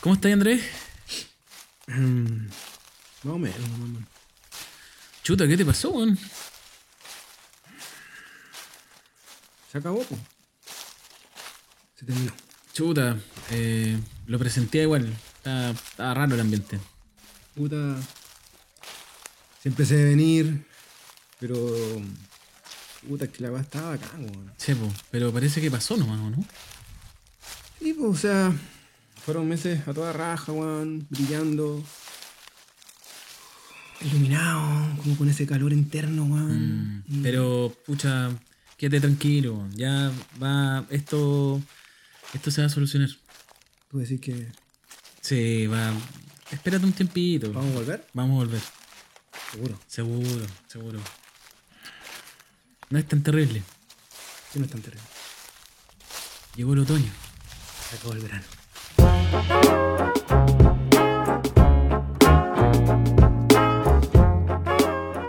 ¿Cómo estás, Andrés? Mm, Más o menos, mamá. Chuta, ¿qué te pasó, weón? Se acabó, po. Se terminó. Chuta, eh, lo presenté igual. Estaba, estaba raro el ambiente. Puta. Siempre se debe venir. Pero. Puta, es que la weá estaba bacán, weón. Sí, po, pero parece que pasó nomás, ¿o ¿no? Sí, pues, o sea. Fueron meses a toda raja, weón. Brillando. Iluminado, como con ese calor interno, weón. Mm, Pero, pucha, quédate tranquilo. weón. Ya va, esto, esto se va a solucionar. Tú decís que. Sí, va. Espérate un tiempito. ¿Vamos a volver? Vamos a volver. Seguro. Seguro, seguro. No es tan terrible. Sí, no es tan terrible. Llegó el otoño. Se acabó el verano.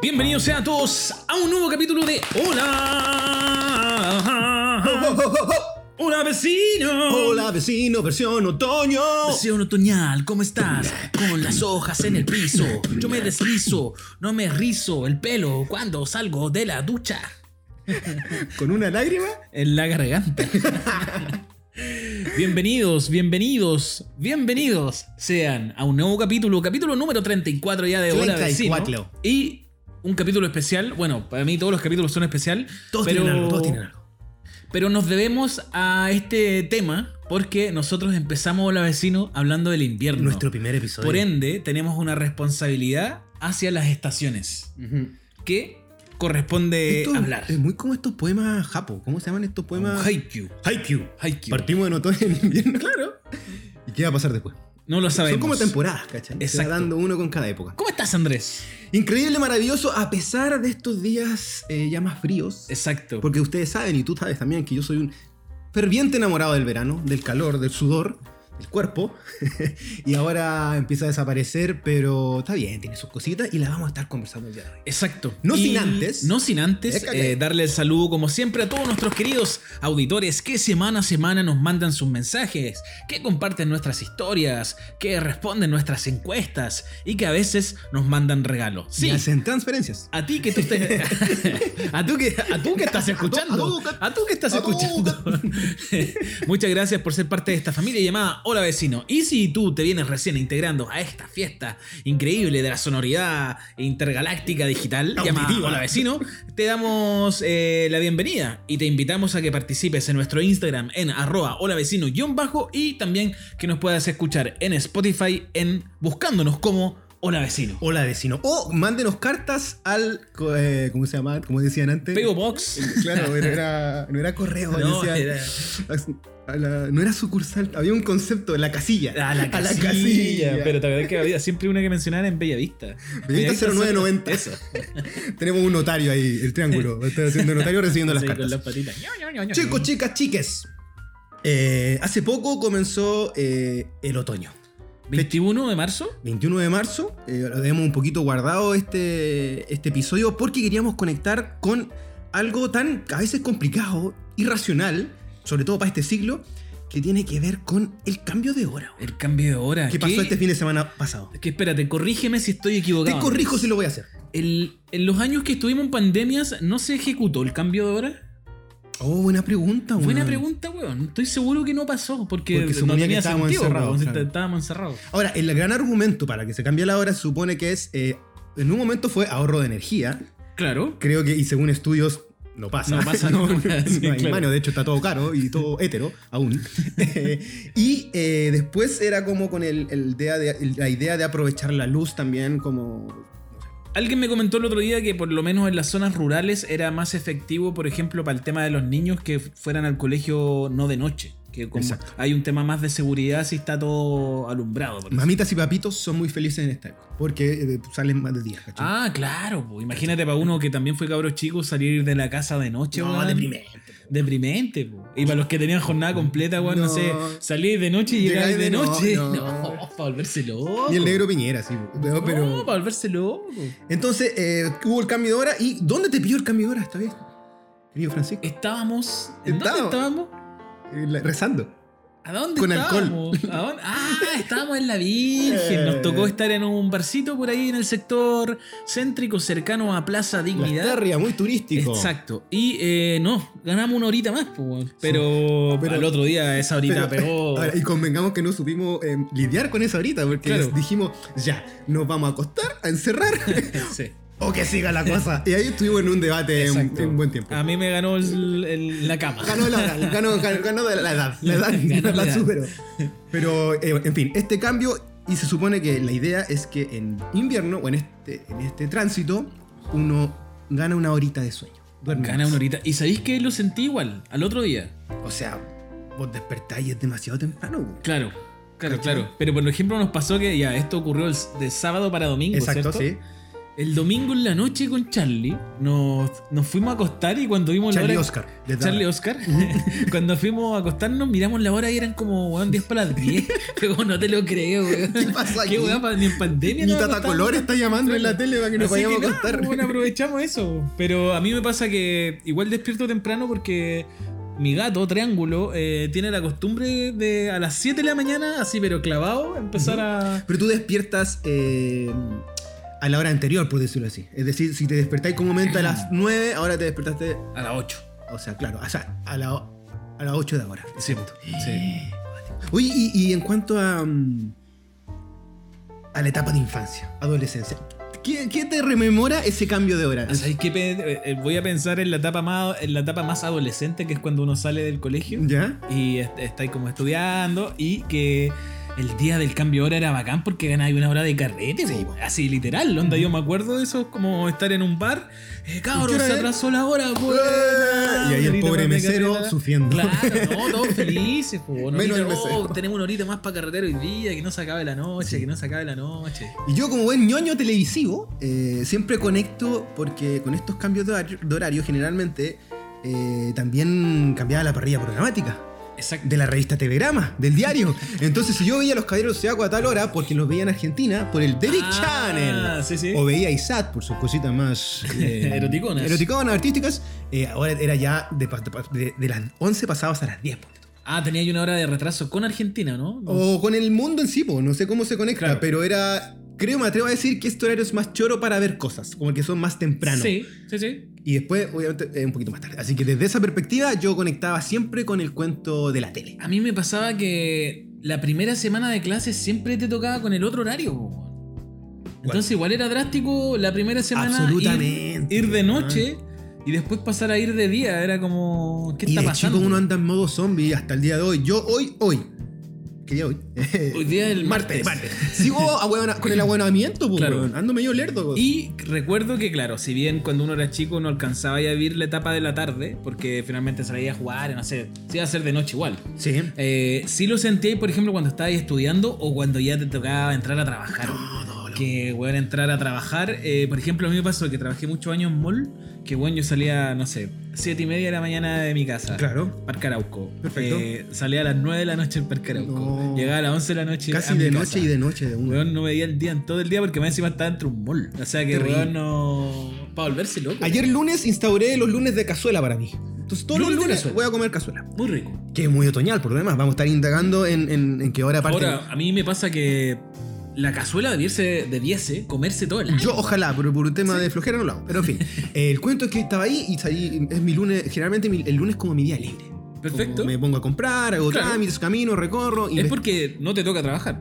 Bienvenidos sean todos a un nuevo capítulo de Hola. Hola vecino. Hola, vecino, versión otoño. Estación otoñal, ¿cómo estás? Con las hojas en el piso, yo me deslizo, no me rizo el pelo cuando salgo de la ducha. Con una lágrima. En la garganta. bienvenidos, bienvenidos, bienvenidos sean a un nuevo capítulo, capítulo número 34 ya de Hola Vecino. 34. Y un capítulo especial, bueno, para mí todos los capítulos son especial, Todos pero, tienen algo, todos tienen algo. pero nos debemos a este tema porque nosotros empezamos Hola Vecino hablando del invierno. Nuestro primer episodio. Por ende, tenemos una responsabilidad hacia las estaciones Ujú. que corresponde Esto Eh, hablar. Es muy como estos poemas japo. ¿Cómo se llaman estos poemas? Un haiku. Haikyuu. Haiku. Partimos en otoño en invierno, claro. ¿Y qué va a pasar después? No lo sabemos. Son como temporadas, ¿cachai? Se va Exacto. dando uno con cada época. ¿Cómo estás, Andrés? Increíble, maravilloso, a pesar de estos días eh, ya más fríos. Exacto. Porque ustedes saben, y tú sabes también, que yo soy un ferviente enamorado del verano, del calor, del sudor, del cuerpo. y ahora empieza a desaparecer, pero está bien, tiene sus cositas y las vamos a estar conversando el día de hoy. Exacto. No sin antes. No sin antes Es que- eh, darle el saludo, como siempre, a todos nuestros queridos auditores que semana a semana nos mandan sus mensajes, que comparten nuestras historias, que responden nuestras encuestas y que a veces nos mandan regalos. Y Sí. hacen transferencias. A ti que tú estés- a tú que a tú que estás escuchando. a tú que- A tú que estás a tú que- escuchando. Muchas gracias por ser parte de esta familia llamada Hola Vecino. Y si tú te vienes recién integrando a esta fiesta increíble de la sonoridad intergaláctica digital llamada Auditiva. Hola Vecino, te damos eh, la bienvenida y te invitamos a que participes en nuestro Instagram en arroba hola vecino bajo y también que nos puedas escuchar en Spotify en buscándonos como Hola Vecino. Hola vecino. O mándenos cartas al. co- eh, ¿Cómo se llama? Como decían antes. Pego Box. Claro, era- era- no era correo. No, decían- era- a la- no era sucursal. Había un concepto, la casilla. A Ah, la casilla. casilla. Pero te verdad que había siempre una que mencionar en Bellavista. Bellavista 0990. Eso. Tenemos un notario ahí, el triángulo. Está haciendo notario recibiendo las Sí, cartas. Con las patitas. Ño, ño, ño, ño. Chicos, chicas, chiques. Eh, hace poco comenzó eh, el otoño. 21 de marzo. 21 de marzo. eh, lo tenemos un poquito guardado este, este episodio porque queríamos conectar con algo tan a veces complicado, irracional, sobre todo para este siglo, que tiene que ver con el cambio de hora. güey. El cambio de hora. ¿Qué pasó este fin de semana pasado? Que espérate, corrígeme si estoy Te equivocado. corrijo si lo voy a hacer. El- en los años que estuvimos en pandemias, ¿no se ejecutó el cambio de hora? Oh, buena pregunta, güey. Buena pregunta, weón. Estoy seguro que no pasó porque, Porque no suponía que tenía estábamos sentido, encerrados, weón. claro. Estábamos encerrados. Ahora, el gran argumento para que se cambie la hora se supone que es. eh, en un momento fue ahorro de energía. Claro. Creo que, y según estudios, no pasa. No pasa, no. Sí, No hay claro. mano, de hecho está todo caro y todo hétero aún. y eh, después era como con el, el idea de- el- la idea de aprovechar la luz también como... Alguien me comentó el otro día que por lo menos en las zonas rurales era más efectivo, por ejemplo, para el tema de los niños que fueran al colegio no de noche. Que como Exacto. hay un tema más de seguridad si está todo alumbrado. por ejemplo. Mamitas y papitos son muy felices en esta época porque eh, salen más de día, ¿cachai? Ah, claro. po. Imagínate para uno que también fue cabro chico salir de la casa de noche. No, weón. deprimente, Deprimente. po. Y para los que tenían jornada completa, weón, no, No. sé, salir de noche y llegar Llegar de, de no- noche. No, no. para volverse loco. Y el negro Piñera, sí. pero- pero- No, para volverse loco. Entonces eh, hubo el cambio de hora y ¿dónde te pilló el cambio de hora esta vez? Querido Francisco, Estábamos... ¿En dónde Estábamos- estábamos? Eh, la- rezando. ¿A dónde Con estábamos? ¿A dónde? Ah, estábamos en la Virgen. Eh. Nos tocó estar en un barcito por ahí en el sector céntrico cercano a Plaza La Dignidad. Tarria, muy turístico. Exacto. Y eh, no, ganamos una horita más, pues, weón. pero, Pero- al otro día esa horita Pero- pegó. Ahora, y convengamos que no supimos eh, lidiar con eso ahorita, porque Claro. les dijimos, ya, nos vamos a acostar, a encerrar, Sí. o que siga la cosa. Y ahí estuvimos en un debate en, Exacto. Ah. en un buen tiempo. A mí me ganó el- el- la cama. Ganó la, edad, ganó, ganó- ganó la edad, la edad, Ganó la la edad. superó. Pero, eh, en fin, este cambio, y se supone que la idea es que en invierno, o en este, en este tránsito, uno gana una horita de sueño. Duerme Gana más. una horita. ¿Y sabéis que lo sentí igual al otro día? O sea, vos despertáis y es demasiado temprano, güey. Claro, claro, ¿Cachai? claro. Pero por ejemplo nos pasó que ya esto ocurrió el s- de sábado para domingo, Exacto, pues, ¿cierto? sí. El domingo en la noche con Charlie nos, nos fuimos a acostar y cuando vimos Charlie la hora... Oscar. de Charlie Tarra. Oscar, cuando fuimos a acostarnos, miramos la hora y eran como, weón, 10 para las 10. Fue como, no te lo creo, weón. ¿Qué pasa aquí? Qué weón, pa- ni en pandemia. Ni nos Tata acostábamos. Color está llamando en la tele para que nos Así que vayamos a nada, pues, acostar. bueno, aprovechamos eso. Pero a mí me pasa que igual despierto temprano porque mi gato, Triángulo, eh, tiene la costumbre de a las 7 de la mañana, así pero clavado, empezar a... Pero tú despiertas eh, a la hora anterior, por decirlo así. Es decir, si te despertáis comúnmente a las 9, ahora te despertaste. A las 8. O sea, claro, o sea, a, la, o- a las 8 de ahora. Sí, sí. Oye, y, y en cuanto a. mm, a la etapa de infancia, adolescencia. ¿Qué, qué te rememora ese cambio de hora? Ah, ¿sabes qué? Pe- eh, eh, Voy a pensar en la etapa más, en la etapa más adolescente, que es cuando uno sale del colegio ¿Ya? y est- estáis como estudiando y que el día del cambio de hora era bacán porque ganáis una hora de carrete, Sí, po. po. así literal, onda, yo me acuerdo de eso, como estar en un bar, eh, ¿Qué cabrón, hora se es? Eh, atrasó la hora, po. Y ahí el Horita pobre más de mesero carreta. sufriendo. Claro, no, todos felices, po. Una Menos horita, el mesero. oh, tenemos una horita más para carretero hoy día, que no se acabe la noche, que no se acabe la noche. Y yo como buen ñoño televisivo, eh, siempre conecto porque con estos cambios de horario, de horario, generalmente eh, también cambiaba la parrilla programática Exacto. de la revista Telegrama, del diario. Entonces si yo veía a los Caballeros del Zodiaco a tal hora, porque los veía en Argentina, por el Daily Ah, Channel. sí, sí. O veía a Isat por sus cositas más... eh, Eroticonas. Eroticonas, artísticas. Eh, ahora era ya de, pa- de pa- de- de las 11 pasadas a las 10. ponte tú. Ah, tenía yo una hora de retraso con Argentina, ¿no? O con el mundo en sí, po, no sé cómo se conecta, Mm. Claro. pero era. Creo, me atrevo a decir que este horario es más choro para ver cosas, como que son más temprano. Sí, sí, sí. Y después, obviamente, eh, un poquito más tarde. Así que desde esa perspectiva, yo conectaba siempre con el cuento de la tele. A mí me pasaba que la primera semana de clases siempre te tocaba con el otro horario. po, weón. Entonces igual era drástico la primera semana ir- Absolutamente, Ah. ir, de weón. noche y después pasar a ir de día. Era como, ¿qué y está de pasando? chico uno anda en modo zombie hasta el día de hoy. Yo hoy, hoy. ¿Qué día hoy? Hoy día es el martes. Sigo ahueona- con el abuelamiento, pues. Claro. Ando medio lerdo. po. Y recuerdo que, claro, si bien cuando uno era chico no alcanzaba ya a vivir la etapa de la tarde, porque finalmente salía a jugar, y no sé, se iba a hacer de noche igual. Sí. Eh, sí lo sentí, por ejemplo, cuando estabas estudiando o cuando ya te tocaba entrar a trabajar. Que, weón, entrar a trabajar. eh, por ejemplo, a mí me pasó que trabajé muchos años en mall, que, bueno, yo salía, no sé, siete y media de la mañana de mi casa. Claro. Parque Arauco. Perfecto. Eh, salía a las 9 de la noche en Parque Arauco. No. Llegaba a las 11 de la noche. Casi a mi de casa. noche y de noche de uno. Weón, no veía el día en todo el día porque más encima estaba dentro de un mall. O sea que, Terrible. weón, no. Para volverse loco. Ayer lunes instauré los lunes de cazuela para mí. Entonces todos Lunes de los lunes cazuela. voy a comer cazuela. Muy rico. Que es muy otoñal, por lo demás. Vamos a estar indagando en, en- en qué hora parte. Ahora, a mí me pasa que la cazuela debiese, debiese comerse todo el año. Yo ojalá, pero por un tema de flojera no lo hago. Pero en fin, Eh, el cuento es que estaba ahí y salí, es mi lunes, generalmente mi- el lunes como mi día libre. Perfecto. Como me pongo a comprar, hago Claro. trámites, camino, recorro. Y Es ve- porque no te toca trabajar.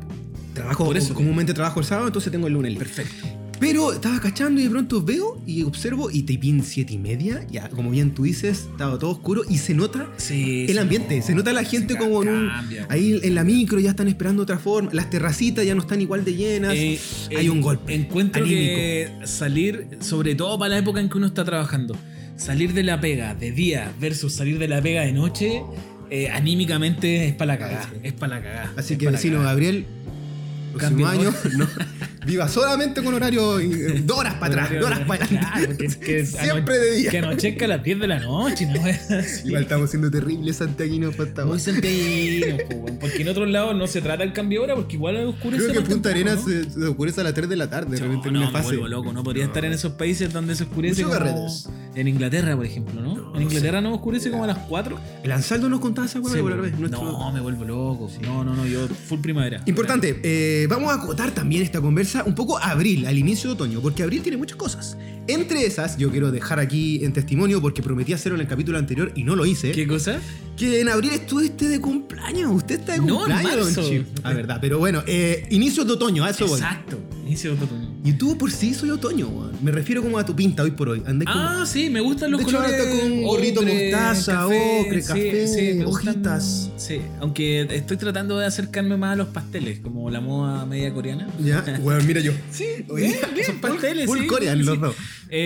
trabajo, por eso. comúnmente trabajo el sábado, entonces tengo el lunes libre. Perfecto. Pero estaba cachando y de pronto veo y observo y te pin siete y media, ya como bien tú dices, estaba todo oscuro y se nota Sí, el ambiente. Se nota la gente como en un. Ahí en la micro ya están esperando otra forma. Las terracitas ya no están igual de llenas. Eh, hay un golpe Encuentro que salir, sobre todo para la época en que uno está trabajando, salir de la pega de día versus salir de la pega de noche, eh, anímicamente es para la cagada. Sí. Es para la cagada. Así es que pa' la vecino cagá. Gabriel, próximo Cambio año, no. Viva solamente con horario eh, dos horas para atrás, dos horas para Claro, adelante. que- que Siempre de día. Que anochezca a las 10 de la noche, ¿no? Sí. Igual estamos siendo terribles santiaguinos para esta Muy weá. sentido, porque en otros lados no se trata el cambio de hora porque igual oscurece. Creo que bastante Punta poco, Arenas ¿no? se, se oscurece a las 3 de la tarde, de No, repente en no, una me fase. vuelvo loco, no podría estar en esos países donde se oscurece Mucho como- carretes. En Inglaterra, por ejemplo, ¿no? No, en no Inglaterra no oscurece como a las 4. El Ansaldo nos contaba esa hueá Sí, la vez. nuestro- No, me vuelvo loco. No, no, no, yo full primavera. Importante, eh, vamos a acotar también esta conversa un poco a abril, al inicio de otoño, porque abril tiene muchas cosas. Entre esas, yo quiero dejar aquí en testimonio, porque prometí hacerlo en el capítulo anterior y no lo hice, ¿Qué cosa? que en abril estuviste de cumpleaños. Usted está de No, en cumpleaños, don marzo. Chip. Ah, verdad, pero bueno, eh, inicio de otoño, a eso voy. Exacto. Inicio de otoño. Y tú por sí soy otoño, weón. Me refiero como a tu pinta hoy por hoy. Andé como- Ah, sí, me gustan los De hecho, ahora colores. está con gorrito ocre, mostaza, ocre, sí, café, me gustan- hojitas. sí, aunque estoy tratando de acercarme más a los pasteles, como la moda media coreana. Ya, weón, mira yo. Sí, Oye, bien, bien, son full- pasteles, full sí, corean sí, los sí. dos.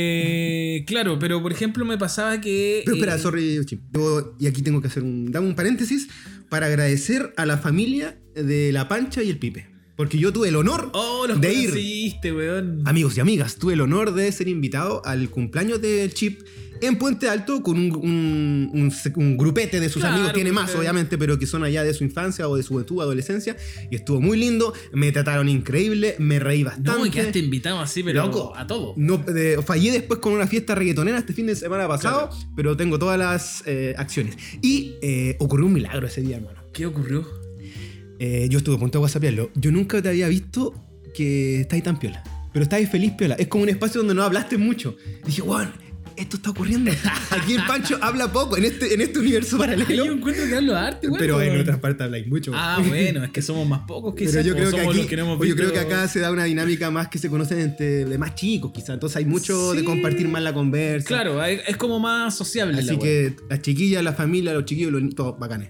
Eh, claro, pero por ejemplo me pasaba que... Pero espera, eh, sorry, Chip. Yo- y aquí tengo que hacer un, dame un paréntesis para agradecer a la familia de La Pancha y el Pipe. Porque yo tuve el honor, Oh, los de ir. conociste, weón. amigos y amigas, tuve el honor de ser invitado al cumpleaños de Chip en Puente Alto con un, un- un se- un grupete de sus Claro, amigos. Tiene más, porque- obviamente, pero que son allá de su infancia o de su juventud, adolescencia. Y estuvo muy lindo, me trataron increíble, me reí bastante. No, me quedaste invitado así, pero Loco. a todo. No, eh, fallé después con una fiesta reggaetonera este fin de semana pasado, pero tengo todas las eh, acciones. Y eh, ocurrió un milagro ese día, hermano. ¿Qué ocurrió? Eh, yo estuve a punto de whatsappearlo. Yo nunca te había visto que estáis tan piola. Pero estáis feliz piola. Es como un espacio donde no hablaste mucho. Dije, weón, esto está ocurriendo. Aquí el Pancho habla poco en este, en este Yo universo paralelo. encuentro que hablo de arte, weón. pero en otras partes habláis mucho. Ah, bueno, es que somos más pocos quizás. Pero yo o creo, que somos aquí, los no hemos o yo visto- creo que acá se da una dinámica más que se conocen entre de más chicos, quizás. Entonces hay mucho de Sí. compartir más la conversa. Claro, es es como más sociable. la Así weá. que las chiquillas, la familia, los chiquillos, los niños, todos bacanes.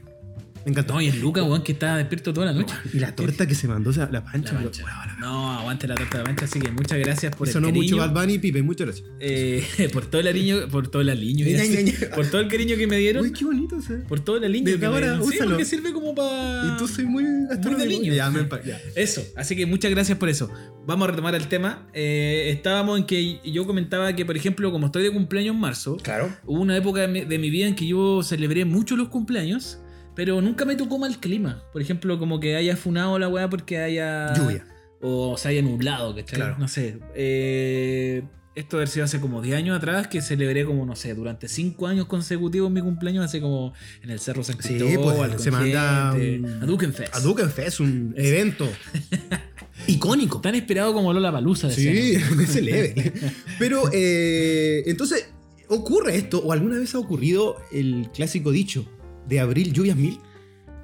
Me encantó. No, y el Luca, weón, que estaba despierto toda la noche. Y la torta que se mandó, o sea, la pancha. La mancha. lo- weón, la- No, aguante la torta de la mancha, así que muchas gracias por Sonó el mucho cariño. Bad Bunny y Pipe, muchas gracias. eh, por todo el cariño, por todo el aliño, Ña, ya sé, ña, ña. por todo el cariño que me dieron, Uy, qué bonito, o sea. por todo el aliño Desde que ahora, me dieron. Sí, úsalo. porque sirve como para Y tú soy muy gastronómico. niño. Ya, me empa- ya. Eso, así que muchas gracias por eso. Vamos a retomar el tema. Eh, estábamos en que yo comentaba que, por ejemplo, como estoy de cumpleaños en marzo, Claro. hubo una época de mi, de mi vida en que yo celebré mucho los cumpleaños, pero nunca me tocó mal clima. Por ejemplo, como que haya funado la weá porque haya. Lluvia. O se haya nublado, ¿cachai? Claro. No sé. Eh, esto haber sido hace como 10 años atrás, que celebré como, no sé, durante 5 años consecutivos mi cumpleaños, así como en el Cerro San Sí, Cristóbal. pues, se con manda gente, un- a Dukenfest. A Duke Fest, un evento icónico. Tan esperado como Lola Palusa. Sí, ese leve. Pero eh, entonces, ¿ocurre esto o alguna vez ha ocurrido el clásico dicho de abril lluvias mil?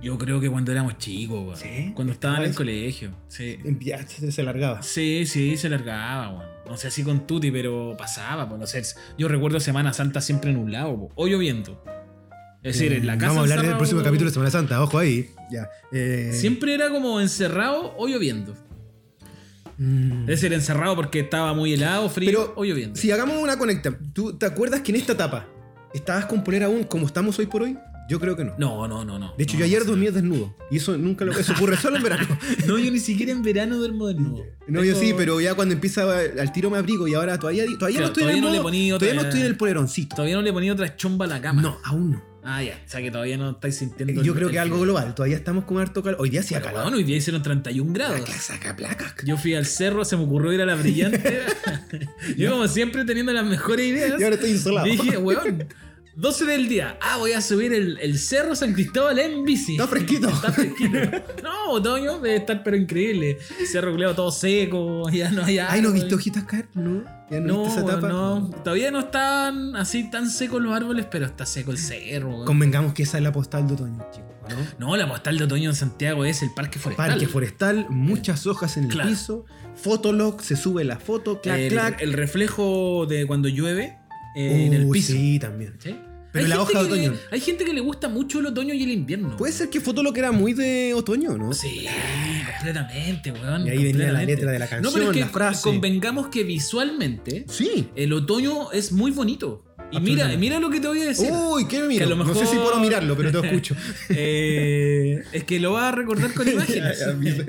Yo creo que cuando éramos chicos, weón. Sí. pues. Cuando estaba en el ¿Sabes? colegio. Sí. Ya se se alargaba. Sí, sí, se largaba, weón. No sé si con Tuti, pero pasaba, pues, no sé. Yo recuerdo Semana Santa siempre nublado, po, o lloviendo. Es decir, en la Mm, casa. Vamos a hablar del encerrado, próximo weón, capítulo de Semana Santa, ojo ahí. Ya. eh, Siempre era como encerrado o lloviendo. mm, Es decir, encerrado porque estaba muy helado, frío Pero o lloviendo. si hagamos una conecta, ¿tú te acuerdas que en esta etapa estabas con polera aún como estamos hoy por hoy? Yo creo que no. No, no, no, no. De hecho, No, yo ayer no, dormí desnudo. Y eso nunca lo. Eso ocurre solo en verano. No, yo ni siquiera en verano duermo desnudo. No, yo Eso- sí, pero ya cuando empieza al tiro me abrigo y ahora todavía, todavía Claro, no estoy todavía en no el le modo- poní otra- Todavía no estoy en el poleroncito. Todavía no le ponía otra chomba a la cama. No, aún no. Ah, ya. O sea que todavía no estáis sintiendo. Yo el- creo el que algo frío. global. Todavía estamos con harto calor. Hoy día sí ha Pero, calado. bueno, hoy día hicieron 31 grados. Placa, saca placas. Yo fui al cerro, se me ocurrió ir a la brillante. Yo, como siempre, teniendo las mejores ideas, Y ahora estoy insolado. dije, weón, 12 del día. Ah, voy a subir el, el cerro San Cristóbal en bici. Está fresquito. Está fresquito. No, otoño debe estar, pero increíble. Cerro Cleo todo seco, ya no hay Ay, ¿no árboles. viste hojitas caer? No. ¿Ya no, No, viste esa weón, etapa? no. Todavía no están así tan secos los árboles, pero está seco el cerro. weón. Convengamos que esa es la postal de otoño, chicos. ¿no? No, la postal de otoño en Santiago es el parque forestal. Parque forestal, muchas hojas en el Claro. piso, fotolog, se sube la foto, clac, el, clac. el reflejo de cuando llueve eh, en el Uy, piso. Sí, también. ¿Sí? Pero la gente hoja de que le- otoño. hay gente que le gusta mucho el otoño y el invierno. Puede ser que fotolog era muy de otoño, ¿no? Sí, completamente, weón. Y ahí venía la completamente. letra de la No, pero canción, es que la frase. convengamos que visualmente Sí. el otoño es muy bonito. Y mira, Absolutamente. Oh. mira lo que te voy a decir. Uy, qué me Que a miro. lo No sé si mejor- puedo mirarlo, pero te escucho. Eh, es que lo vas a recordar con imágenes. A mí se-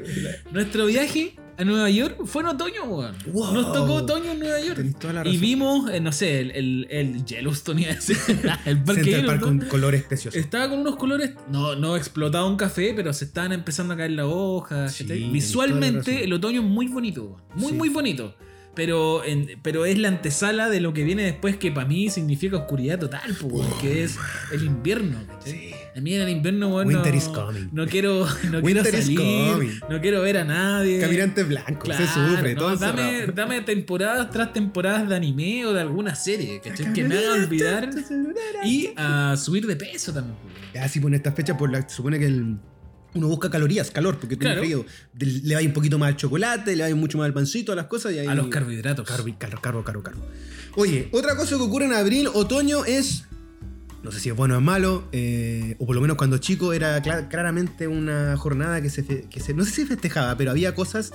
Nuestro viaje a Nueva York fue en otoño, weón. Wow. Nos tocó otoño en Nueva York. Tenés toda la Y razón. vimos, eh, no sé, el, el, el Yellowstone, iba a decir, el parque Este, Central Park Yellowstone. con colores preciosos. Estaba con unos colores, no, no explotaba un café, pero se estaban empezando a caer las hojas. Sí, ¿cachai? tenés toda la Visualmente razón. el otoño es muy bonito, muy Sí. muy bonito. pero, en- pero es la antesala de lo que viene después, que para mí significa oscuridad total, po, weón, que es el invierno. ¿cachai? Sí. A mí en el invierno, weón, Winter no, is coming. no quiero, no quiero Winter is salir, coming. no quiero ver a nadie. Caminante blanco, Claro, se sufre, no, todo dame, encerrado. dame temporadas tras temporadas de anime o de alguna serie, ¿cachai? Que me haga olvidar y a subir de peso también. pues, weón. Ya, Ah, sí, pone estas fechas, por la, se supone que el- uno busca calorías, calor, porque tú Claro. frío. Te- Le vaya un poquito más al chocolate, le vaya mucho más al pancito, a las cosas. Y ahí, A los carbohidratos. Carbo, carbo, carbo, carbo, carbo. Oye, otra cosa que ocurre en abril, otoño es. No sé si es bueno o es malo, eh, o por lo menos cuando chico era cla- claramente una jornada que se, fe- que se. No sé si festejaba, pero había cosas.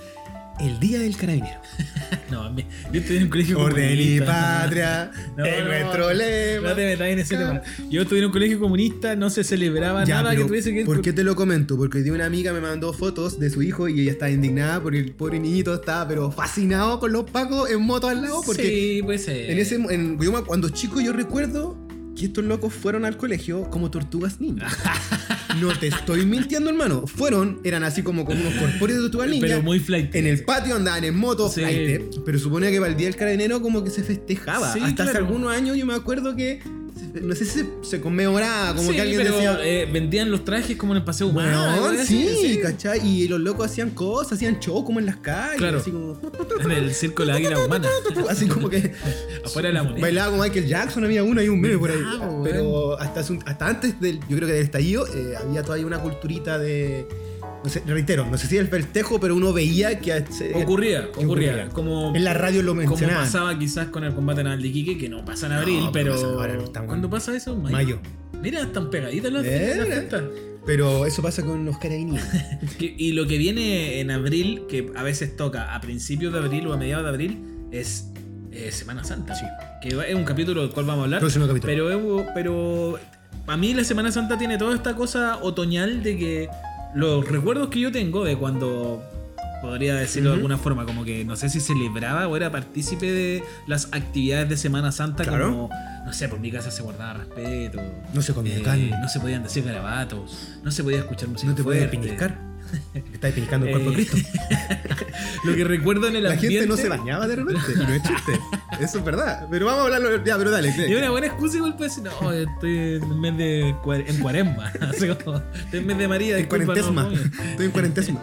El día del carabinero. No, me- yo estudié en un colegio Orden y comunista. patria, No, es no, nuestro no. lema. No te metas en ese tema. Yo estuve en un colegio comunista, no se celebraba Ya, nada que pero tuviese que ver ¿Por con- qué te lo comento? Porque hoy día una amiga me mandó fotos de su hijo y ella estaba indignada porque el pobre niñito estaba pero fascinado con los pacos en moto al lado. Porque Sí, puede ser. en ese en- yo me- cuando chico yo recuerdo que estos locos fueron al colegio como tortugas ninja. No te estoy mintiendo, hermano. Fueron, eran así como con unos corpóreos de tortugas ninja. Pero muy flight. En el patio andaban en moto, Sí. flaite, pero suponía que para el día del carabinero como que se festejaba. Sí, Hasta hace claro. algunos años yo me acuerdo que, se- no sé si se, se conmemoraba, como Sí, que alguien pero, decía... eh, vendían los trajes como en el paseo humano. Bueno, algo así, sí, ¿cachai? Y los locos hacían cosas, hacían show como en las calles, Claro. así como... En el circo de la águila humana. Así como que Afuera de la moneda. bailaba como Michael Jackson, había uno, hay un meme por ahí. Ah, bueno. Pero hasta, hace un- hasta antes del, yo creo que del estallido, eh, había todavía una culturita de... No sé, reitero, no sé si era el festejo, pero uno veía que... se- Ocurría, que ocurría. Como, En la radio lo como mencionaban. pasaba quizás con el combate naval de Iquique, que no pasa en No, abril, pero pasa pero. ahora, no estamos- ¿Cuándo pasa eso? Mayo. Mayo. Mira, están pegaditas las, Eh, las mira. fiestas. Pero eso pasa con los carabineros. Que- y lo que viene en abril, que a veces toca a principios de abril o a mediados de abril, es eh, Semana Santa. Sí. Que va- es un capítulo del cual vamos a hablar. Próximo capítulo. Pero, es- pero a mí la Semana Santa tiene toda esta cosa otoñal de que los recuerdos que yo tengo de cuando, podría decirlo de Ujú. alguna forma, como que no sé si celebraba o era partícipe de las actividades de Semana Santa, Claro. como, no sé, por mi casa se guardaba respeto. No se comía eh, carne. no se podían decir garabatos, no se podía escuchar música. No te puedes fuerte. pinicar. Estás pinicando el cuerpo de Eh, Cristo. Lo que recuerdo en el La ambiente. gente no se bañaba de repente. No es chiste. Eso es verdad. Pero vamos a hablarlo. Ya, pero dale. Y una buena excusa igual para decir, no, estoy en el mes de cua- en cuaresma. Así como, estoy en el mes de María, en disculpa, no, cuarentesma. no, no. Estoy en cuarentesma.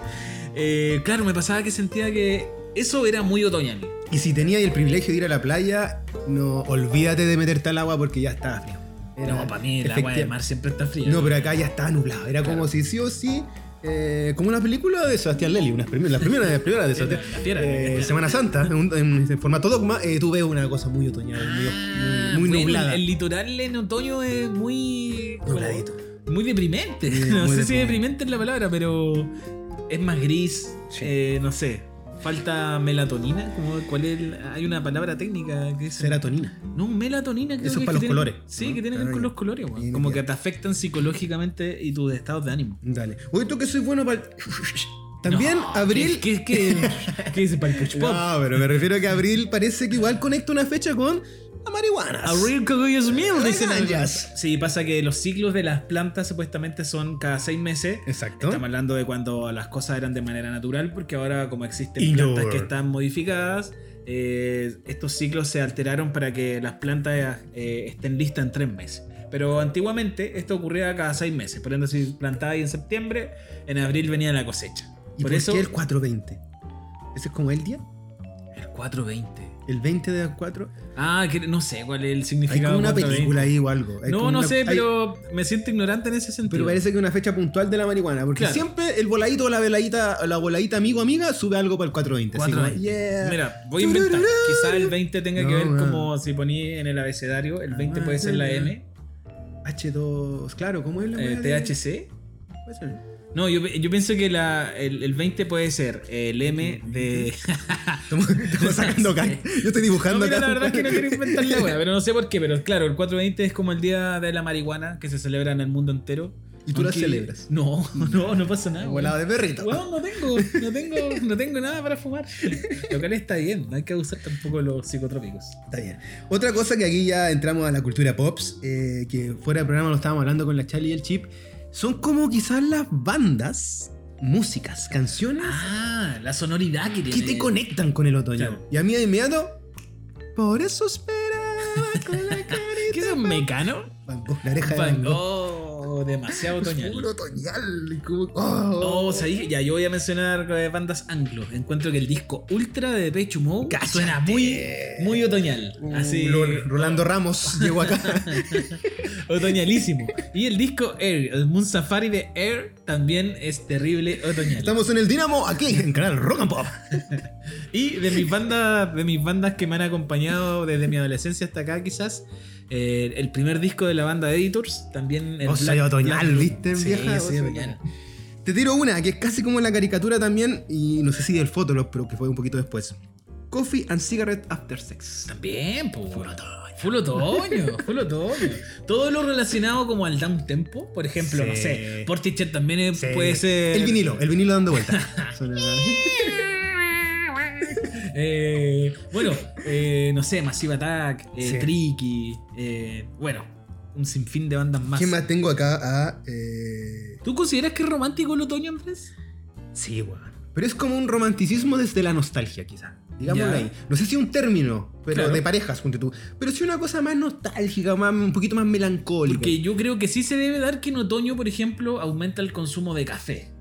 Eh, claro, me pasaba que sentía que eso era muy otoñal. Y si tenías el privilegio de ir a la playa, no olvídate de meterte al agua porque ya estaba frío. Era no, para mí el agua efectiva- del mar eh. siempre está fría. No, pero acá ya estaba nublado. Era como si sí o sí. eh, como una película de Sebastián Lely, unas primeras, las primeras, las primeras de Sebastián. la fiera. eh, Semana Santa, en, un- en formato dogma, eh, tú ves una cosa muy otoñal, muy, Ah, muy bueno, nublada. El litoral en otoño es muy. Nubladito. Muy deprimente. Sí, no muy sé si deprimente. deprimente es la palabra, pero es más gris. Sí. eh, no sé. Falta melatonina. como ¿Cuál es? el- Hay una palabra técnica que es. Serotonina. No, melatonina creo Eso es que para los que tiene- colores, Sí, ¿no? que tiene que ver Claro, con ya. los colores, weón. Bien, Como ya. que te afectan psicológicamente y tus estados de ánimo. Dale. Oye, tú que soy bueno para. También No, abril. ¿Qué, qué, qué- qué dice para el push pop? No, pero me refiero a que abril parece que igual conecta una fecha con la marihuana. Abril Cogollos Mil, dicen Gangas. algunos. Sí, pasa que los ciclos de las plantas supuestamente son cada seis meses. Exacto. Estamos hablando de cuando las cosas eran de manera natural, porque ahora como existen Indoor. plantas que están modificadas, eh, estos ciclos se alteraron para que las plantas eh, estén listas en tres meses. Pero antiguamente esto ocurría cada seis meses. Por ejemplo, si plantabas en septiembre, en abril venía la cosecha. ¿Y por, por eso qué el 420? ¿Ese es como el día? el 420. ¿El 20 de 4? Ah, que no sé cuál es el Hay significado. como una 420. película ahí o algo. Hay No, como no una- sé, hay- pero me siento ignorante en ese sentido. Pero parece que es una fecha puntual de la marihuana. Porque Claro. siempre el voladito o la veladita, o la voladita amigo amiga sube algo para el 420. así como, 420. yeah. Mira, voy a inventar. Tururú. Quizás el 20 tenga que No, Ah, ver man. como si poní en el abecedario. El 20 puede ser la M, H2, claro, ¿cómo es la eh, wea de- THC. puede ser? No, yo, yo pienso que la, el, el 20 puede ser el M de. Estamos, estamos sacando acá. Yo estoy No, dibujando mira, acá. la verdad es que no quiero inventar la wea, pero no sé por qué. Pero claro, el 420 es como el día de la marihuana que se celebra en el mundo entero. Y tú la Aunque- celebras. No, no, no pasa nada. wea. Volado de perrito. Weón, no tengo, no tengo, no tengo nada para fumar. Lo cual está bien, no hay que abusar tampoco de los psicotrópicos. Está bien. Otra cosa que aquí ya entramos a la cultura pops, eh, que fuera del programa lo estábamos hablando con la Charlie y el Chip, son como quizás las bandas músicas, canciones Ah, la sonoridad que que tiene. te conectan con el otoño. Claro. Y a mí de inmediato, por eso esperaba con la ¿Qué es carita. un mecano? Van Gogh, la oreja de Van Van Gogh. Gogh, demasiado otoñal. Puro otoñal. como- oh. Oh, ¿sabí? ya, yo voy a mencionar eh, bandas anglo. Encuentro que el disco Ultra de Depeche Mode Cáchate. suena muy, muy otoñal. Uh, Así, Lol, Rolando Ramos llegó acá. otoñalísimo. Y el disco Air, el Moon Safari de Air, también es terrible otoñal. Estamos en el Dinamo, aquí en Canal Rock and Pop. Y de mis bandas, de mis bandas que me han acompañado desde mi adolescencia hasta acá, quizás. eh, el primer disco de la banda Editors, también el O sea, Black- Oh, otoñal, Black- ¿viste, Sí, vieja? Oh, sí, O sea, otoñal. Te tiro una que es casi como en la caricatura también, y no sé si del Fotolog, pero que fue un poquito después. Coffee and Cigarette After Sex. También, pues. Full otoño. Full otoño, full otoño. Todo lo relacionado como al down tempo, por ejemplo, Sí. no sé, Portichet también es- Sí. puede ser. El vinilo, el vinilo dando vuelta. Suena- Eh, bueno, eh, no sé, Massive Attack, eh, Sí. Tricky, eh, bueno, un sinfín de bandas más. ¿Qué más tengo acá? Ah, eh, ¿Tú consideras que es romántico el otoño, Andrés? Sí, weón. Pero es como un romanticismo desde la nostalgia, quizá. Digámoslo Ya. ahí. No sé si un término, pero Claro. de parejas, ponte tú. Pero sí una cosa más nostálgica, más, un poquito más melancólica. Porque yo creo que sí se debe dar que en otoño, por ejemplo, aumenta el consumo de café.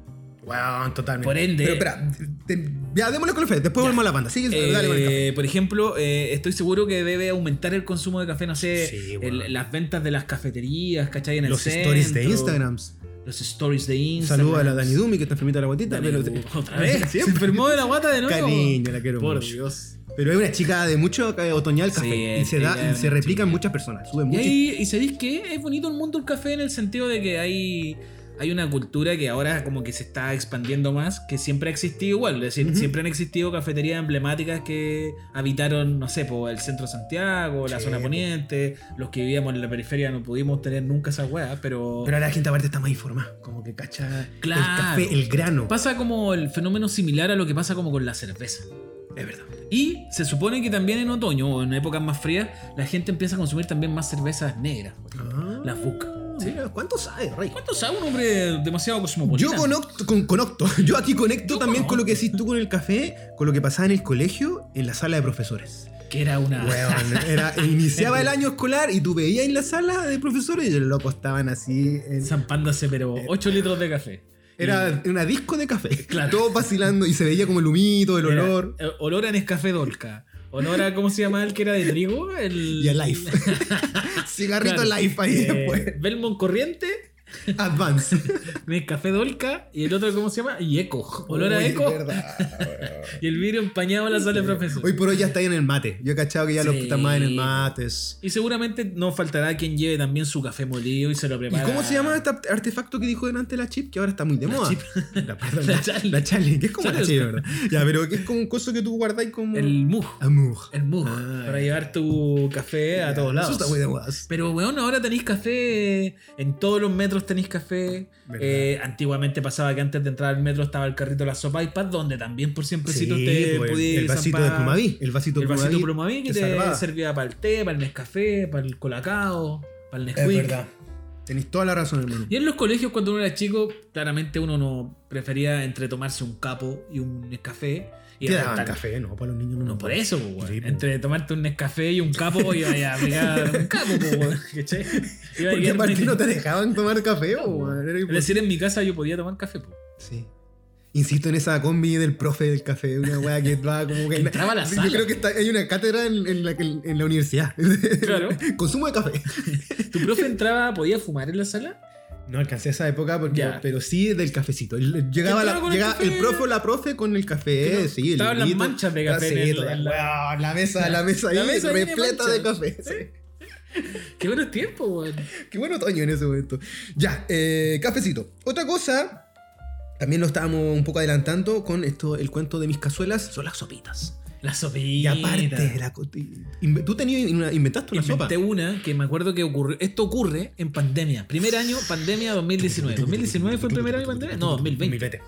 Wow, totalmente. Por ende- Pero espera, te- ya démosle con la fe, después Ya. volvemos a la banda. Sigue, Eh, dale con el café. por ejemplo, eh, estoy seguro que debe aumentar el consumo de café, no sé, Sí, bueno. el- las ventas de las cafeterías, ¿cachai? En el Los centro, stories de Instagram. Los stories de Instagram. Saludos a la Dani Dumi que está enfermita de la guatita. Dani pero- Dumi, Otra vez, se Siempre. enfermó de la guata de nuevo. Cariño, la quiero Por mucho. Dios. Pero hay una chica de mucho eh, otoñal Sí, café. y es- se, da, ella y es se una replican chica. muchas personas. Sube Y, mucho. ahí, ¿y sabéis qué? Es bonito el mundo del café en el sentido de que hay, hay una cultura que ahora como que se está expandiendo más, que siempre ha existido igual. Es decir, Ujú. siempre han existido cafeterías emblemáticas que habitaron, no sé, por el centro de Santiago, la Sí, zona po. poniente. Los que vivíamos en la periferia no pudimos tener nunca esa weá, pero... Pero ahora la gente aparte está más informada. Como que cacha el Claro. café, el grano. Pasa como el fenómeno similar a lo que pasa como con la cerveza. Es verdad. Y se supone que también en otoño o en épocas más frías, la gente empieza a consumir también más cervezas negras. por ejemplo. Ah, Las busca. mira, ¿Cuánto sabe, Rey? ¿Cuánto sabe un hombre demasiado cosmopolita? Yo conecto, con, conecto. Yo aquí conecto Yo también con lo que conozco. decís tú con el café, con lo que pasaba en el colegio, en la sala de profesores. Que era una. Weón, era, iniciaba el año escolar y tú veías en la sala de profesores y los locos estaban así. en- Zampándose, pero 8 litros de café. Eh, era una disco de café. Claro. Todo vacilando y se veía como el humito, el Era, olor. eh, olor a Nescafé Dolca. Olor a, ¿cómo se llama el que era de trigo? El, Y a Life. Cigarrito Claro. Life ahí Eh, después. Belmont Corriente, Advance. Nescafé Dolca y el otro, ¿cómo se llama? Y Eco. Olor a Uy, Eh, Eco. verdad, weón. Y el vidrio empañado a la sala de profesor. Hoy por hoy ya está ahí en el mate. Yo he cachado que ya los Sí. que están más en el mate. es- Y seguramente no faltará quien lleve también su café molido y se lo ¿Y prepara. cómo se llama este artefacto que dijo delante la chip? Que ahora está muy de La moda. chip. La, perdón, La la- Charlie. la Charlie, que es como la Charlie. chip, ¿verdad? Ya, pero que es como un coso que tú guardáis como. El mug. Amor. El mug. Ah, para llevar tu café a Ya, todos lados. Eso está muy de moda. Pero, weón, ahora tenéis café. En todos los metros tenéis café. ¿Verdad? Eh, antiguamente pasaba que antes de entrar al metro estaba el carrito de la sopa y pad, donde también por siempre te Sí, pues, podías el vasito de zampar Plumaví. El vasito El de vasito Plumaví. plumaví que te te, salvaba. servía para el té, para el Nescafé, para el colacao, para el Es Nesquik. verdad. Tenéis toda la razón, hermano. Y en los colegios, cuando uno era chico, claramente uno no prefería entre tomarse un capo y un Nescafé. Y Te daban aguantar- café, no, para los niños no. No, por eso, po, weón. Sí, pues. po. Entre tomarte un Nescafé y un capo, iba a aplicar un capo, po, weón. ¿Cachai? Iba a Porque quedarme- aparte no te dejaban tomar café, po, weón. Era Es decir, en mi casa yo podía tomar café, po. Sí. Insisto en esa combi del profe del café, una weá que va como que. Entraba a la Yo sala. creo que está- hay una cátedra en, en la, en- en la universidad. Claro. Consumo de café. ¿Tu profe entraba, podía fumar en la sala? No alcancé esa época, porque, Ya. pero sí del cafecito. El- Llegaba, Entraba la- con el llegaba café. el, profe o la profe con el café, Claro, sí. el estaban las vinito. manchas de café Ah, en sí, el- toda- en la- Wow, la mesa, la mesa ahí, La mesa tiene repleta de manchas. café. sí. Qué buenos tiempos, weón. Qué buen otoño en ese momento. Ya, eh, cafecito. Otra cosa, también lo estábamos un poco adelantando con esto, el cuento de mis cazuelas, son las sopitas. La Y sopita. aparte, la co- inve- tú tenías una- inventaste una Inventé sopa. una que me acuerdo que ocurrió. Esto ocurre en pandemia. Primer año, pandemia 2019. ¿2019 fue el primer año de pandemia? No, 2020.